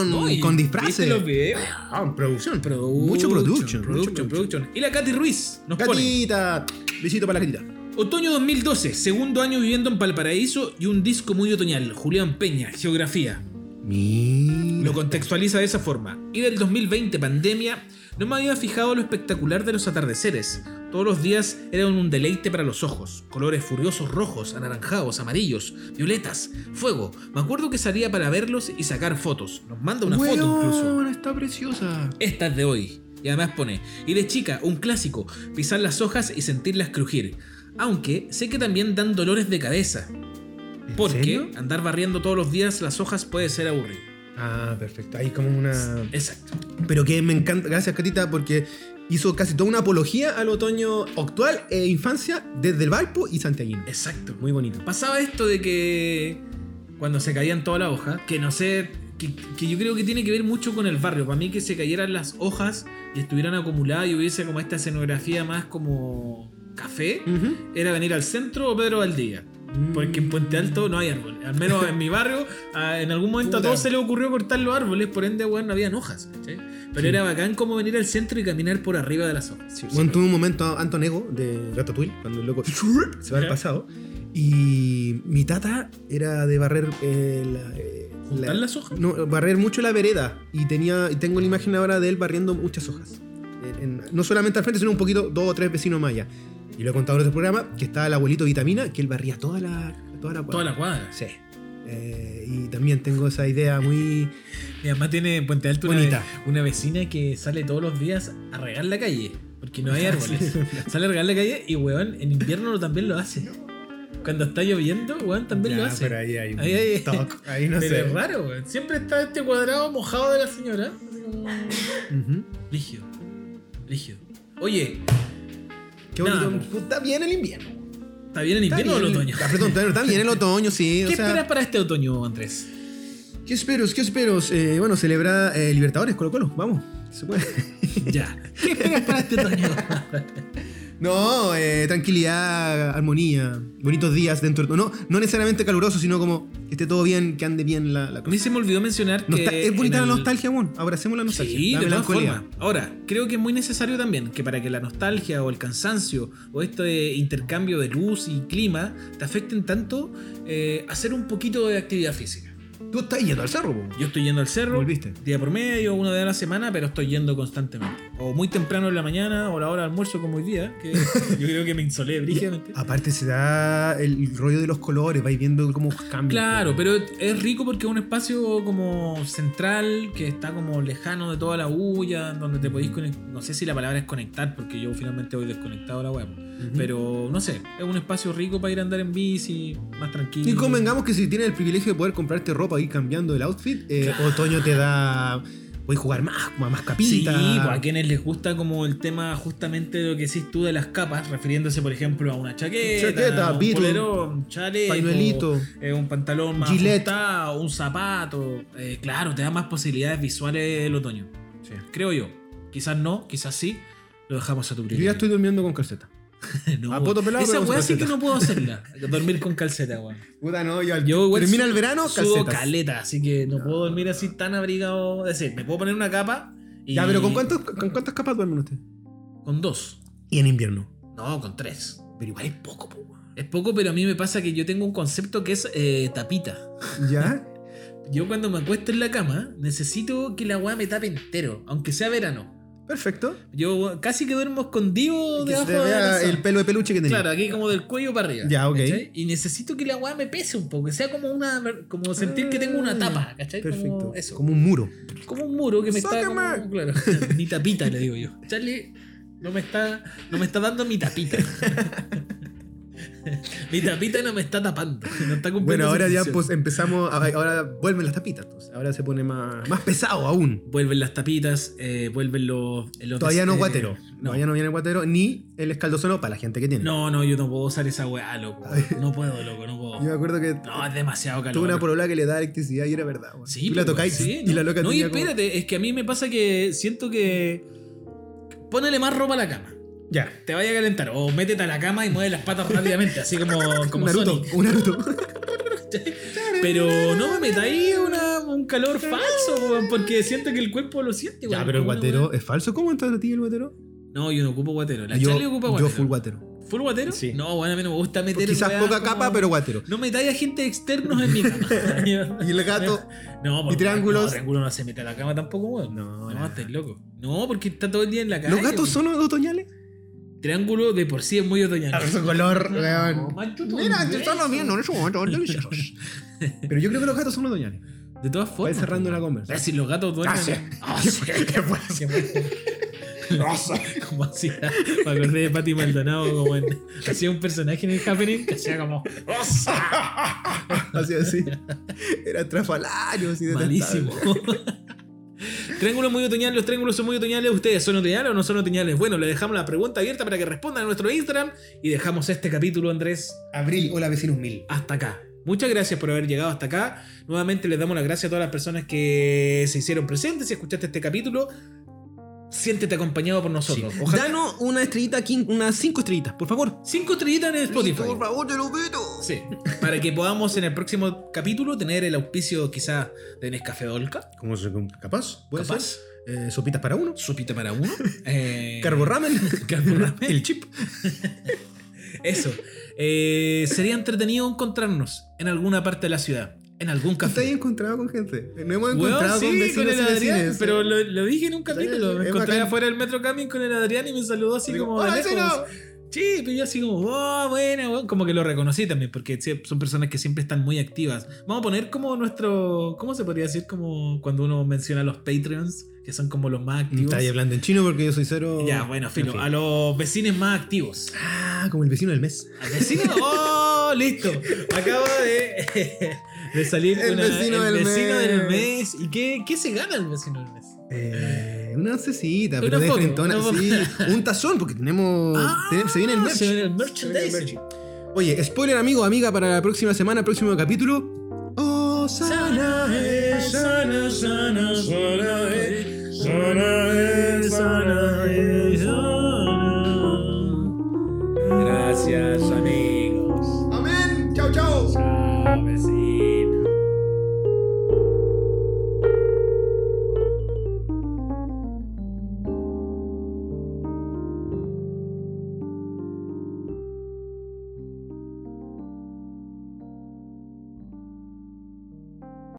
reggaetón y con disfraces. ¿viste los videos? Ah, en producción. mucho Production, production. production, production. Y la Katy Ruiz nos pone. Gatita. Besito para la gatita. Otoño 2012, segundo año viviendo en Valparaíso y un disco muy otoñal. Julián Peña, Geografía. Mira. Lo contextualiza de esa forma. Y del 2020, pandemia, no me había fijado lo espectacular de los atardeceres. Todos los días eran un deleite para los ojos. Colores furiosos rojos, anaranjados, amarillos, violetas, fuego. Me acuerdo que salía para verlos y sacar fotos. Nos manda una foto incluso. Weón, está preciosa. Esta es de hoy. Y además pone, y de chica, un clásico, pisar las hojas y sentirlas crujir. Aunque sé que también dan dolores de cabeza. ¿En Porque serio? andar barriendo todos los días las hojas puede ser aburrido. Ah, perfecto. Ahí como una. Exacto. Pero que me encanta. Gracias, Catita, porque hizo casi toda una apología al otoño actual e infancia desde el Valpo y Santiaguín. Exacto. Muy bonito. Pasaba esto de que cuando se caían toda la hoja, que no sé, que, que yo creo que tiene que ver mucho con el barrio. Para mí que se cayeran las hojas y estuvieran acumuladas y hubiese como esta escenografía más como café, Mm. era venir al centro o Pedro Valdivia. Porque en Puente Alto no hay árboles. Al menos en mi barrio, a- en algún momento Puta. a todos se les ocurrió cortar los árboles, por ende, weón, no habían hojas. ¿cachai? Pero Sí. era bacán como venir al centro y caminar por arriba de las hojas. Bueno, tuve un momento Antonego de Ratatouille, cuando el loco se va al Ya. pasado. Y mi tata era de barrer eh, la, eh, ¿Juntar la- las hojas? No, barrer mucho la vereda. Y tenía y tengo la imagen ahora de él barriendo muchas hojas. En- en- no solamente al frente, sino un poquito, dos o tres vecinos más allá. Y lo he contado en otro programa, que estaba el abuelito Vitamina, que él barría toda la... Toda la, Toda la cuadra. Sí. Eh, y también tengo esa idea muy... Mi mamá tiene en Puente Alto Bonita. una, una vecina que sale todos los días a regar la calle, porque no hay árboles. sale a regar la calle y, weón, en invierno también lo hace. Cuando está lloviendo, weón, también Ya, lo hace. pero ahí hay un Ahí hay- toc, ahí no Pero sé. es raro, weón. Siempre está este cuadrado mojado de la señora. Así como... Ujú. Rígido. Rígido. Oye, Qué Nada, bonito. pues. Puta, Está bien el invierno. ¿está bien el Está invierno o el bien otoño? Ah, perdón, está- está bien el otoño, sí. ¿Qué o sea, esperas para este otoño, Andrés? ¿Qué esperos? ¿Qué esperos? Eh, bueno, celebra eh, Libertadores, Colo Colo. Vamos. Se puede. Ya. ¿Qué esperas para este otoño? No, eh, tranquilidad, armonía, bonitos días dentro. No, no necesariamente caluroso, sino como que esté todo bien, que ande bien la, la A mí se me olvidó mencionar que. Nostal- es bonita en la el- nostalgia, bueno. Abracemos la nostalgia. Sí, la de todas melancolía. formas. Ahora, creo que es muy necesario también que para que la nostalgia o el cansancio o este intercambio de luz y clima te afecten tanto, eh, hacer un poquito de actividad física. Tú estás yendo al cerro, po. Yo estoy yendo al cerro, Volviste. día por medio, una vez a la semana, pero estoy yendo constantemente. O muy temprano en la mañana, o la hora de almuerzo como hoy día, que yo creo que me insolé brígidamente. Aparte se da el rollo de los colores, vais viendo cómo cambia. Claro, pero es rico porque es un espacio como central, que está como lejano de toda la bulla, donde te podéis conectar. No sé si la palabra es conectar, porque yo finalmente voy desconectado a la web. Ujú. Pero no sé, es un espacio rico para ir a andar en bici, más tranquilo. Y convengamos que si tienes el privilegio de poder comprarte ropa y cambiando el outfit, eh, otoño te da. Voy a jugar más, más Sí, capita. pues, a quienes les gusta como el tema justamente de lo que decís tú de las capas, refiriéndose por ejemplo a una chaqueta, Chaqueta, un Beatle, polerón, chaleco, pañuelito. eh, un pantalón más Gillette. ajustado, un zapato. Eh, claro, te da más posibilidades visuales el otoño. Creo yo. Quizás no, quizás sí. Lo dejamos a tu Yo ya estoy durmiendo con calceta. No, a poto pelado, Esa pero con weá sí calceta. que no puedo hacerla. Dormir con calceta, weón. Puta, no, yo, al- Yo igual termina su- el verano, Sudo calcetas. caleta, así que no, puedo dormir así tan abrigado. Es decir, me puedo poner una capa y. Ya, pero ¿con, cuántos- con cuántas capas duermen ustedes? Con dos. Y en invierno. No, con tres. Pero igual es poco, po, weón. Es poco, pero a mí me pasa que yo tengo un concepto que es eh, tapita. ¿Ya? Yo cuando me acuesto en la cama, necesito que la weá me tape entero, aunque sea verano. Perfecto. Yo weón, casi que duermo escondido Que se debajo te de la vea sábana. el pelo de peluche que tenía. Claro, aquí como del cuello para arriba. Ya, ok. ¿cachai? Y necesito que la weá me pese un poco, que sea como una. como sentir que tengo una tapa, ¿cachai? Perfecto. Como eso. Como un muro. Como un muro que me está. ¡Sácame! como- claro, mi tapita, le digo yo. Charlie no me está. No me está dando mi tapita. mi tapita no me está tapando. No está cumpliendo Bueno, su ahora ya función. pues empezamos, a- ahora vuelven las tapitas, entonces. ahora se pone más, más pesado aún. Vuelven las tapitas, eh, vuelven los, los- Todavía no eh, guatero, No. todavía no viene guatero, ni el escaldozano para la gente que tiene. no, no, yo no puedo usar esa weá, loco. No puedo, loco, no puedo. Yo me acuerdo que No, es demasiado calor. tuve una polola que le da electricidad y era verdad. weón. Sí, Tú la pues, tocáis sí, y la loca No, y tenía como- espérate, es que a mí me pasa que siento que. Ponele más ropa a la cama. Ya. Te vaya a calentar. O métete a la cama y mueve las patas rápidamente, así como, como un Naruto, Sonic. un Naruto. Pero no me metáis una, un calor falso, weón, porque siento que el cuerpo lo siente, ya, weón. pero el Como una guatero es falso. ¿Cómo entra a ti el guatero? weá- No, yo no ocupo guatero. La yo, Charlie ocupa yo guatero. full guatero. ¿Full guatero? Sí. No, bueno, a mí no me gusta meter. Pues Quizás weá poca como- capa, pero guatero. No metáis a gente externos en mi cama. Y el gato. No, porque- triángulos? No, triángulo no se mete a la cama tampoco, weón. No, No, estáis loco. No, porque está todo el día en la calle. ¿Los gatos weón. son otoñales? Triángulo de por sí es muy otoñal. su color, No, macho, tú Mira, yo ves. solo bien, no, son deliciosos. Pero yo creo que los gatos son otoñales. De todas Voy formas. cerrando la Ah, conversa. si los gatos duermen. Gracias. Ah, sí. ¿Qué fue Qué eso? bueno. como hacía. Me acordé de Pati Maldonado como en- hacía un personaje en el happening que hacía como. Así, así. Era trafalario, así detestable. Malísimo. Triángulos muy otoñales, los triángulos son muy otoñales. ¿Ustedes son otoñales o no son otoñales? Bueno, le dejamos la pregunta abierta para que respondan a nuestro Instagram y dejamos este capítulo, Andrés, Abril, hola vecinos mil. hasta acá. Muchas gracias por haber llegado hasta acá. Nuevamente les damos las gracias a todas las personas que se hicieron presentes. Si escuchaste este capítulo, siéntete acompañado por nosotros. Ojalá. Danos una estrellita, quin- unas cinco estrellitas, por favor. Cinco estrellitas en Spotify. Por favor, te lo pido. Sí, para que podamos en el próximo capítulo tener el auspicio quizás de Nescafé Dolca. ¿Cómo se capaz? ¿Puede Capaz. ser? Eh, sopitas para uno. Sopita para uno. Eh, Carboramen. Carboramen. El chip. Eso. Eh, sería entretenido encontrarnos en alguna parte de la ciudad, en algún ¿Te has café. encontrado con gente? No hemos Weón, encontrado sí, con vecinos con el y vecinas. Adrián, pero lo, lo dije en un capítulo. sí, Me es encontré bacán. afuera del metro Camin con el Adrián y me saludó así Digo, como. de "Hola, lejos". vecino". Sí, pero yo así como, oh, bueno, bueno", como que lo reconocí también, porque sí, son personas que siempre están muy activas. Vamos a poner como nuestro, ¿cómo se podría decir? Como cuando uno menciona a los Patreons, que son como los más activos. Está ahí hablando en chino porque yo soy cero. Ya, bueno, filo, En fin. a los vecinos más activos. Ah, como el vecino del mes. ¿Al vecino? ¡Oh! ¡Listo! Acabo de, de salir El una- vecino el del vecino del mes. mes. ¿Y qué, qué se gana el vecino del mes? Eh, una oncecita, Una pero de foto, frentona, una foto. sí. Un tazón, porque tenemos. tenemos- Oh, se viene el Ah, merch. Se viene el Se viene el merchandising. merch. Oye, spoiler, amigo, amiga, para la próxima semana, próximo capítulo. Oh, sana, eh, sana, sana, sana, eh, sana, eh, sana, eh, sana. Gracias, amigos. Amén. Chao, chao. Chao, vecino.